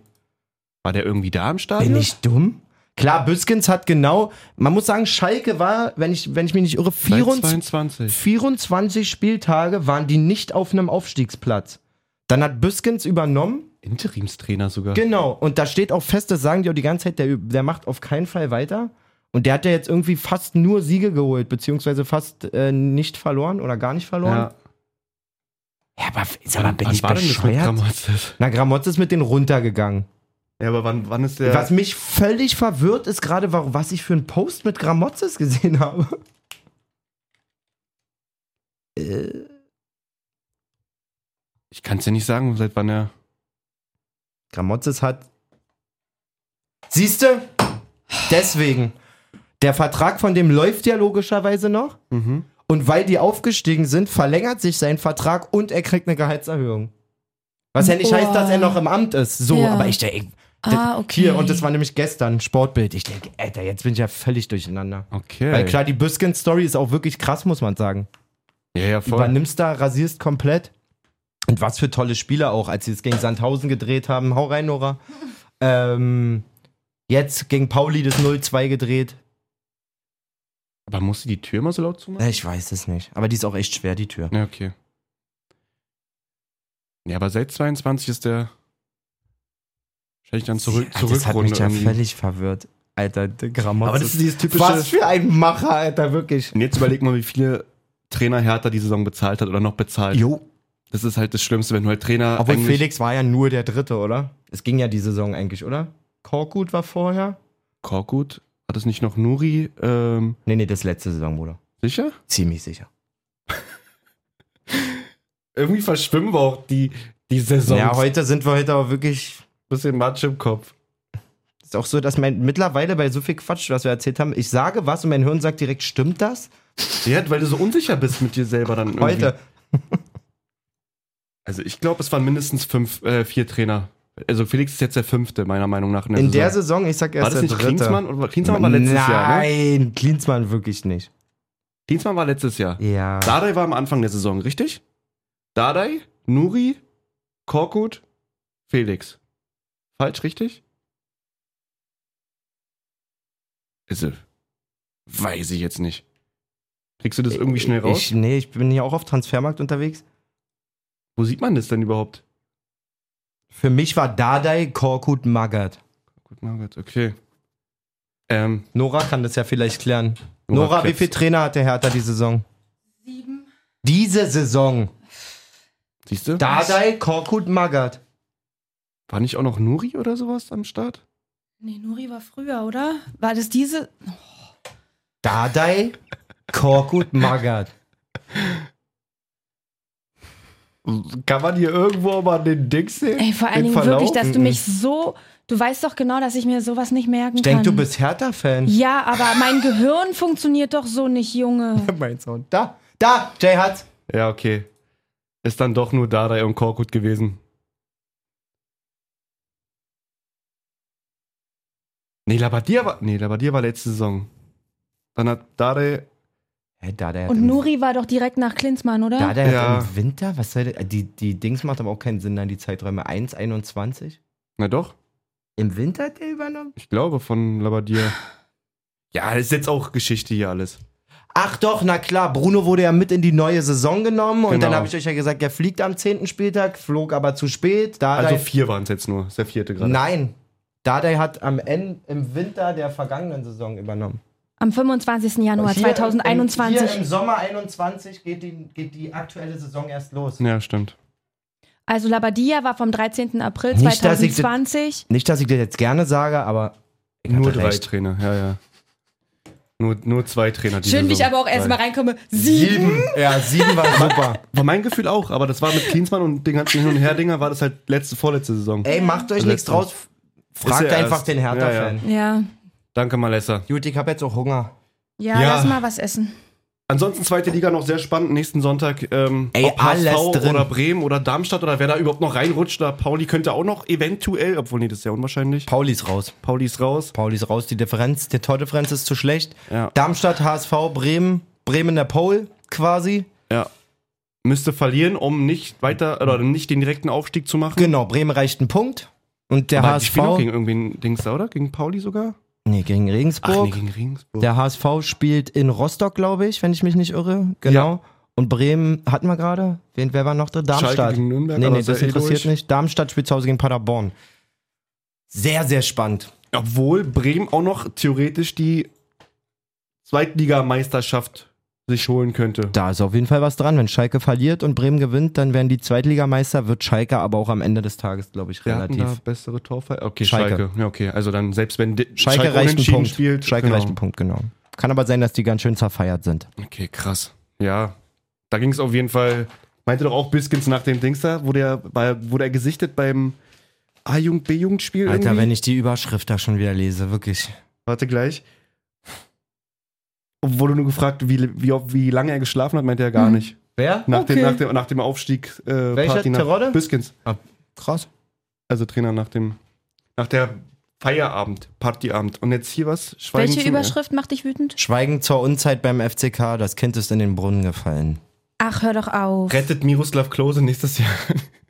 S3: War der irgendwie da im Stadion?
S2: Bin ich dumm? Klar, Büskens hat genau... Man muss sagen, Schalke war, wenn ich, wenn ich mich nicht irre,
S3: Seit
S2: 24,
S3: 22.
S2: 24 Spieltage waren die nicht auf einem Aufstiegsplatz. Dann hat Büskens übernommen
S3: Interimstrainer sogar.
S2: Genau, und da steht auch fest, das sagen die auch die ganze Zeit, der, der macht auf keinen Fall weiter. Und der hat ja jetzt irgendwie fast nur Siege geholt, beziehungsweise fast äh, nicht verloren oder gar nicht verloren.
S3: ja.
S2: Ja, aber sag mal, bin
S3: wann
S2: ich
S3: war denn das mit
S2: bescheuert?
S3: Gramotzes?
S2: Na, Gramotz ist mit denen runtergegangen.
S3: Ja, aber wann, wann ist der...
S2: Was mich völlig verwirrt, ist gerade, wa- was ich für einen Post mit Gramotzes gesehen habe.
S3: Ich kann es dir nicht sagen, seit wann er...
S2: Gramotzes hat. Siehste? Deswegen. Der Vertrag von dem läuft ja logischerweise noch.
S3: Mhm.
S2: Und weil die aufgestiegen sind, verlängert sich sein Vertrag und er kriegt eine Gehaltserhöhung. Was ja nicht
S1: Boah.
S2: heißt, dass er noch im Amt ist. So,
S1: Ja.
S2: aber ich denke,
S1: Ah, okay.
S2: Hier, und das war nämlich gestern, Sportbild. Ich denke, Alter, jetzt bin ich ja völlig durcheinander.
S3: Okay.
S2: Weil klar, die Büsken-Story ist auch wirklich krass, muss man sagen.
S3: ja, ja, voll.
S2: Übernimmst da, rasierst komplett. Und was für tolle Spieler auch, als sie es gegen Sandhausen gedreht haben. Hau rein, Nora. Ähm, jetzt gegen Pauli das 0-2 gedreht.
S3: Aber musst du die Tür mal so laut zumachen?
S2: Äh, Ich weiß es nicht. Aber die ist auch echt schwer, die Tür.
S3: Ja, okay. Ja, aber seit 22 ist der wahrscheinlich dann zurück,
S2: Ja,
S3: zurück
S2: das hat mich ja völlig verwirrt. Alter, der Grammatz.
S3: Aber das ist dieses typische-
S2: Was für ein Macher, Alter, wirklich.
S3: Und jetzt überleg mal, wie viele Trainer Hertha die Saison bezahlt hat oder noch bezahlt.
S2: Jo.
S3: Das ist halt das Schlimmste, wenn du halt Trainer.
S2: Obwohl
S3: eigentlich-
S2: Felix war ja nur der Dritte, oder? Es ging ja die Saison eigentlich, oder? Korkut war vorher?
S3: Korkut, hat es nicht noch Nuri? Ähm,
S2: Nee, nee, das letzte Saison, Bruder.
S3: sicher?
S2: Ziemlich sicher.
S3: Irgendwie verschwimmen wir auch die, die Saison.
S2: Ja, heute sind wir heute aber wirklich.
S3: bisschen Matsch im Kopf.
S2: Ist auch so, dass mein mittlerweile bei so viel Quatsch, was wir erzählt haben, ich sage was und mein Hirn sagt direkt, stimmt das?
S3: Ja, weil du so unsicher bist mit dir selber dann. irgendwie.
S2: Heute.
S3: Also ich glaube, es waren mindestens fünf, äh, vier Trainer. Also Felix ist jetzt der fünfte, meiner Meinung nach.
S2: In der Saison, ich sag erst
S3: War das
S2: der
S3: nicht
S2: Dritte.
S3: Klinsmann? Oder Klinsmann war letztes
S2: Nein,
S3: Jahr, ne?
S2: Nein, Klinsmann wirklich nicht.
S3: Klinsmann war letztes Jahr.
S2: Ja.
S3: Dardai war am Anfang der Saison, richtig? Dardai, Nuri, Korkut, Felix. Falsch, richtig? Ist Also, Weiß ich jetzt nicht. Kriegst du das irgendwie schnell raus?
S2: Äh, Ich, nee, ich bin hier auch auf Transfermarkt unterwegs.
S3: Wo sieht man das denn überhaupt?
S2: Für mich war Dadai Korkut Magath.
S3: Gut, Margaret, okay. Ähm,
S2: Nora kann das ja vielleicht klären.
S3: Nora
S2: Nora, wie
S3: Krebs.
S2: viele Trainer hatte Hertha die Saison?
S1: Sieben.
S2: Diese Saison.
S3: siehst du?
S2: Dadai Korkut Magath.
S3: War nicht auch noch Nuri oder sowas am Start?
S1: Nee, Nuri war früher, oder? War das diese?
S2: Dadai Korkut Magath.
S5: Kann man hier irgendwo mal den Dings sehen?
S1: Ey, vor allen
S5: Den
S1: Dingen
S5: Verlauf?
S1: wirklich,
S5: Mhm.
S1: dass du mich so. Du weißt doch genau, dass ich mir sowas nicht merken
S2: Mhm. Ich
S1: kann.
S2: denke, du bist Hertha-Fan.
S1: Ja, aber mein Gehirn funktioniert doch so nicht, Junge.
S2: Mein Sound. Da, da, Jay hat's.
S3: Ja, okay. Ist dann doch nur Dardai und Korkut gewesen. Nee, Labadia war, nee, Labadia war letzte Saison. Dann hat Dardai,
S2: Hey, Dadai hat
S1: Und
S2: im-
S1: Nuri war doch direkt nach Klinsmann, oder?
S2: Dadai
S3: Ja.
S2: hat im Winter, was soll der, die, die Dings macht aber auch keinen Sinn an die Zeiträume. 1, 21.
S3: na doch,
S2: Im Winter hat der übernommen?
S3: ich glaube von Labadia. Ja, das ist jetzt auch Geschichte hier alles.
S2: Ach doch, na klar, Bruno wurde ja mit in die neue Saison genommen und
S3: Genau.
S2: dann habe ich euch ja gesagt, er fliegt am 10. Spieltag, flog aber zu spät. Dadei,
S3: Also vier waren es jetzt nur, ist der vierte gerade.
S2: Nein, Dadei hat am Ende im Winter der vergangenen Saison übernommen.
S1: Am 25. Januar
S2: Hier im-
S1: 2021.
S2: Hier im Sommer 21 geht die, geht die aktuelle Saison erst los.
S3: Ja, stimmt.
S1: also Labadia war vom 13. April
S2: Nicht, dass ich das-
S1: 2020.
S2: Nicht, dass ich das jetzt gerne sage, aber
S3: Nur
S2: hatte
S3: drei
S2: recht.
S3: Trainer, ja, ja. Nur, nur zwei Trainer. die
S1: Schön, wie ich
S3: Saison.
S1: aber auch
S3: Drei.
S1: erstmal reinkomme. Sieben.
S2: Ja, sieben war super.
S3: War mein Gefühl auch, aber das war mit Klinsmann und den ganzen Hin- und Her-Dinger, war das halt letzte, vorletzte Saison.
S2: Ey, macht euch
S3: Letzte.
S2: nichts draus. Fragt
S3: Ist ja
S2: einfach
S3: erst-
S2: den Hertha-Fan.
S3: Ja,
S1: Ja.
S3: Danke, Malessa.
S2: Gut, ich habe jetzt auch Hunger.
S1: ja.
S3: Ja.
S1: lass mal was essen.
S3: Ansonsten zweite Liga noch sehr spannend. Nächsten Sonntag ähm,
S2: Ey,
S3: ob HSV
S2: alles drin.
S3: oder Bremen oder Darmstadt oder wer da überhaupt noch reinrutscht. Da Pauli könnte auch noch eventuell, obwohl nee, das ist ja unwahrscheinlich.
S2: Pauli ist raus.
S3: Pauli ist raus.
S2: Pauli ist raus, die Differenz, die Tordifferenz ist zu schlecht.
S3: Ja.
S2: Darmstadt, HSV, Bremen, Bremen der Pole quasi.
S3: Ja. Müsste verlieren, um nicht weiter oder nicht den direkten Aufstieg zu machen.
S2: Genau, Bremen reicht einen Punkt. Und der
S3: Aber die
S2: HSV.
S3: spielen auch gegen irgendwen Dings da, oder? Gegen Pauli sogar?
S2: nee, gegen Regensburg.
S3: Regensburg.
S2: Der HSV spielt in Rostock, glaube ich, wenn ich mich nicht irre. Genau. Und Bremen hatten wir gerade. Wen, wer war noch drin? Darmstadt.
S3: gegen Nürnberg,
S2: nee,
S3: aber
S2: nee,
S3: sehr
S2: das interessiert
S3: egoisch.
S2: nicht. Darmstadt spielt zu Hause gegen Paderborn. Sehr, sehr spannend.
S3: Obwohl Bremen auch noch theoretisch die Zweitligameisterschaft sich holen könnte.
S2: Da ist auf jeden Fall was dran. Wenn Schalke verliert und Bremen gewinnt, dann werden die Zweitligameister, wird Schalke aber auch am Ende des Tages, glaube ich,
S3: Wer hat denn
S2: relativ.
S3: Da bessere Torfall. Okay, Schalke.
S2: Schalke.
S3: Ja, okay. Also dann, selbst wenn Di-
S2: Schalke, reicht einen
S3: unentschieden
S2: Punkt.
S3: spielt.
S2: Schalke
S3: genau.
S2: reicht einen Punkt, genau. Kann aber sein, dass die ganz schön zerfeiert sind.
S3: Okay, krass. Ja, da ging es auf jeden Fall. Meinte doch auch Biskins nach dem Dings da, wurde er, bei- wurde er gesichtet beim A-Jugend, B-Jugendspiel.
S2: Alter,
S3: irgendwie?
S2: wenn ich die Überschrift da schon wieder lese, wirklich.
S3: Warte gleich. Und Wurde nur gefragt, wie, wie, oft- wie lange er geschlafen hat, meinte er gar nicht.
S2: Wer?
S3: Nach, dem,
S1: Okay.
S3: nach, dem, nach dem Aufstieg. Äh,
S2: Hm. Welcher?
S3: Party nach-
S2: Terodde?
S3: Biskins.
S2: Krass.
S3: Also Trainer nach dem. Nach der Feierabend, Partyabend. Und jetzt hier was? Schweigen
S1: Welche
S3: zum-
S1: Überschrift macht dich wütend?
S2: Schweigen zur Unzeit beim FCK, das Kind ist in den Brunnen gefallen.
S1: Ach, hör doch auf.
S3: Rettet Miroslav Klose nächstes Jahr.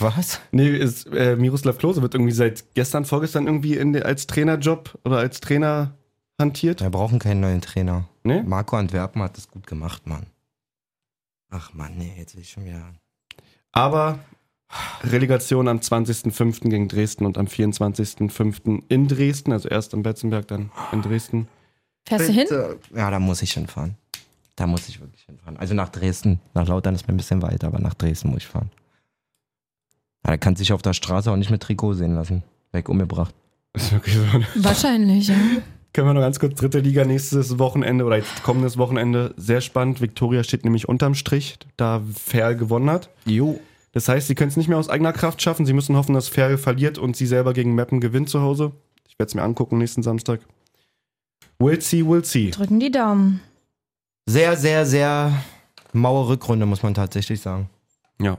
S2: Was?
S3: nee, ist, äh, Miroslav Klose wird irgendwie seit gestern, vorgestern irgendwie in, der- als Trainerjob oder als Trainer hantiert.
S2: Wir brauchen keinen neuen Trainer.
S3: Nee?
S2: Marco Antwerpen hat das gut gemacht, Mann. Ach Mann, nee, jetzt will ich schon wieder.
S3: Aber Relegation am 20.05. gegen Dresden und am 24.05. in Dresden, also erst am Betzenberg, dann in Dresden.
S1: Fährst du hin?
S2: Ja, da muss ich hinfahren. Da muss ich wirklich hinfahren. Also nach Dresden. Nach Lautern ist mir ein bisschen weit, aber nach Dresden muss ich fahren. Ja, da kannst du dich auf der Straße auch nicht mit Trikot sehen lassen. Weg umgebracht.
S3: Ist wirklich so.
S1: Wahrscheinlich, ja.
S3: Können wir noch ganz kurz dritte Liga nächstes Wochenende oder jetzt kommendes Wochenende. Sehr spannend. Viktoria steht nämlich unterm Strich, da Ferl gewonnen hat.
S2: Jo.
S3: Das heißt, sie können es nicht mehr aus eigener Kraft schaffen. Sie müssen hoffen, dass Ferl verliert und sie selber gegen Meppen gewinnt zu Hause. Ich werde es mir angucken nächsten Samstag. We'll see, we'll see.
S1: Drücken die Daumen.
S2: Sehr, sehr, sehr maue Rückrunde, muss man tatsächlich sagen.
S3: Ja.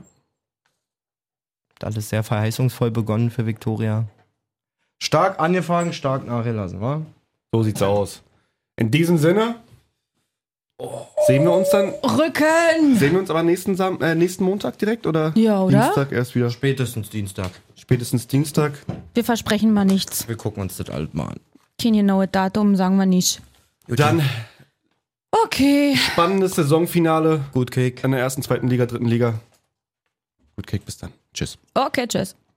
S2: Hat Alles sehr verheißungsvoll begonnen für Viktoria. Stark angefangen, stark nachgelassen, wa?
S3: So sieht's aus. In diesem Sinne sehen wir uns dann.
S1: Rücken!
S3: Sehen wir uns aber nächsten, Sam äh, nächsten Montag direkt oder?
S1: Ja, oder?
S3: Dienstag erst wieder.
S2: Spätestens Dienstag.
S3: Spätestens Dienstag.
S1: Wir versprechen mal nichts.
S2: Wir gucken uns das alles mal an.
S1: Kein genaues Datum, sagen wir nicht.
S3: Dann
S1: Okay.
S3: spannendes Saisonfinale
S2: Gut, Kick.
S3: in der ersten, zweiten Liga, dritten Liga. Gut, Kick, bis dann. Tschüss.
S1: Okay, tschüss.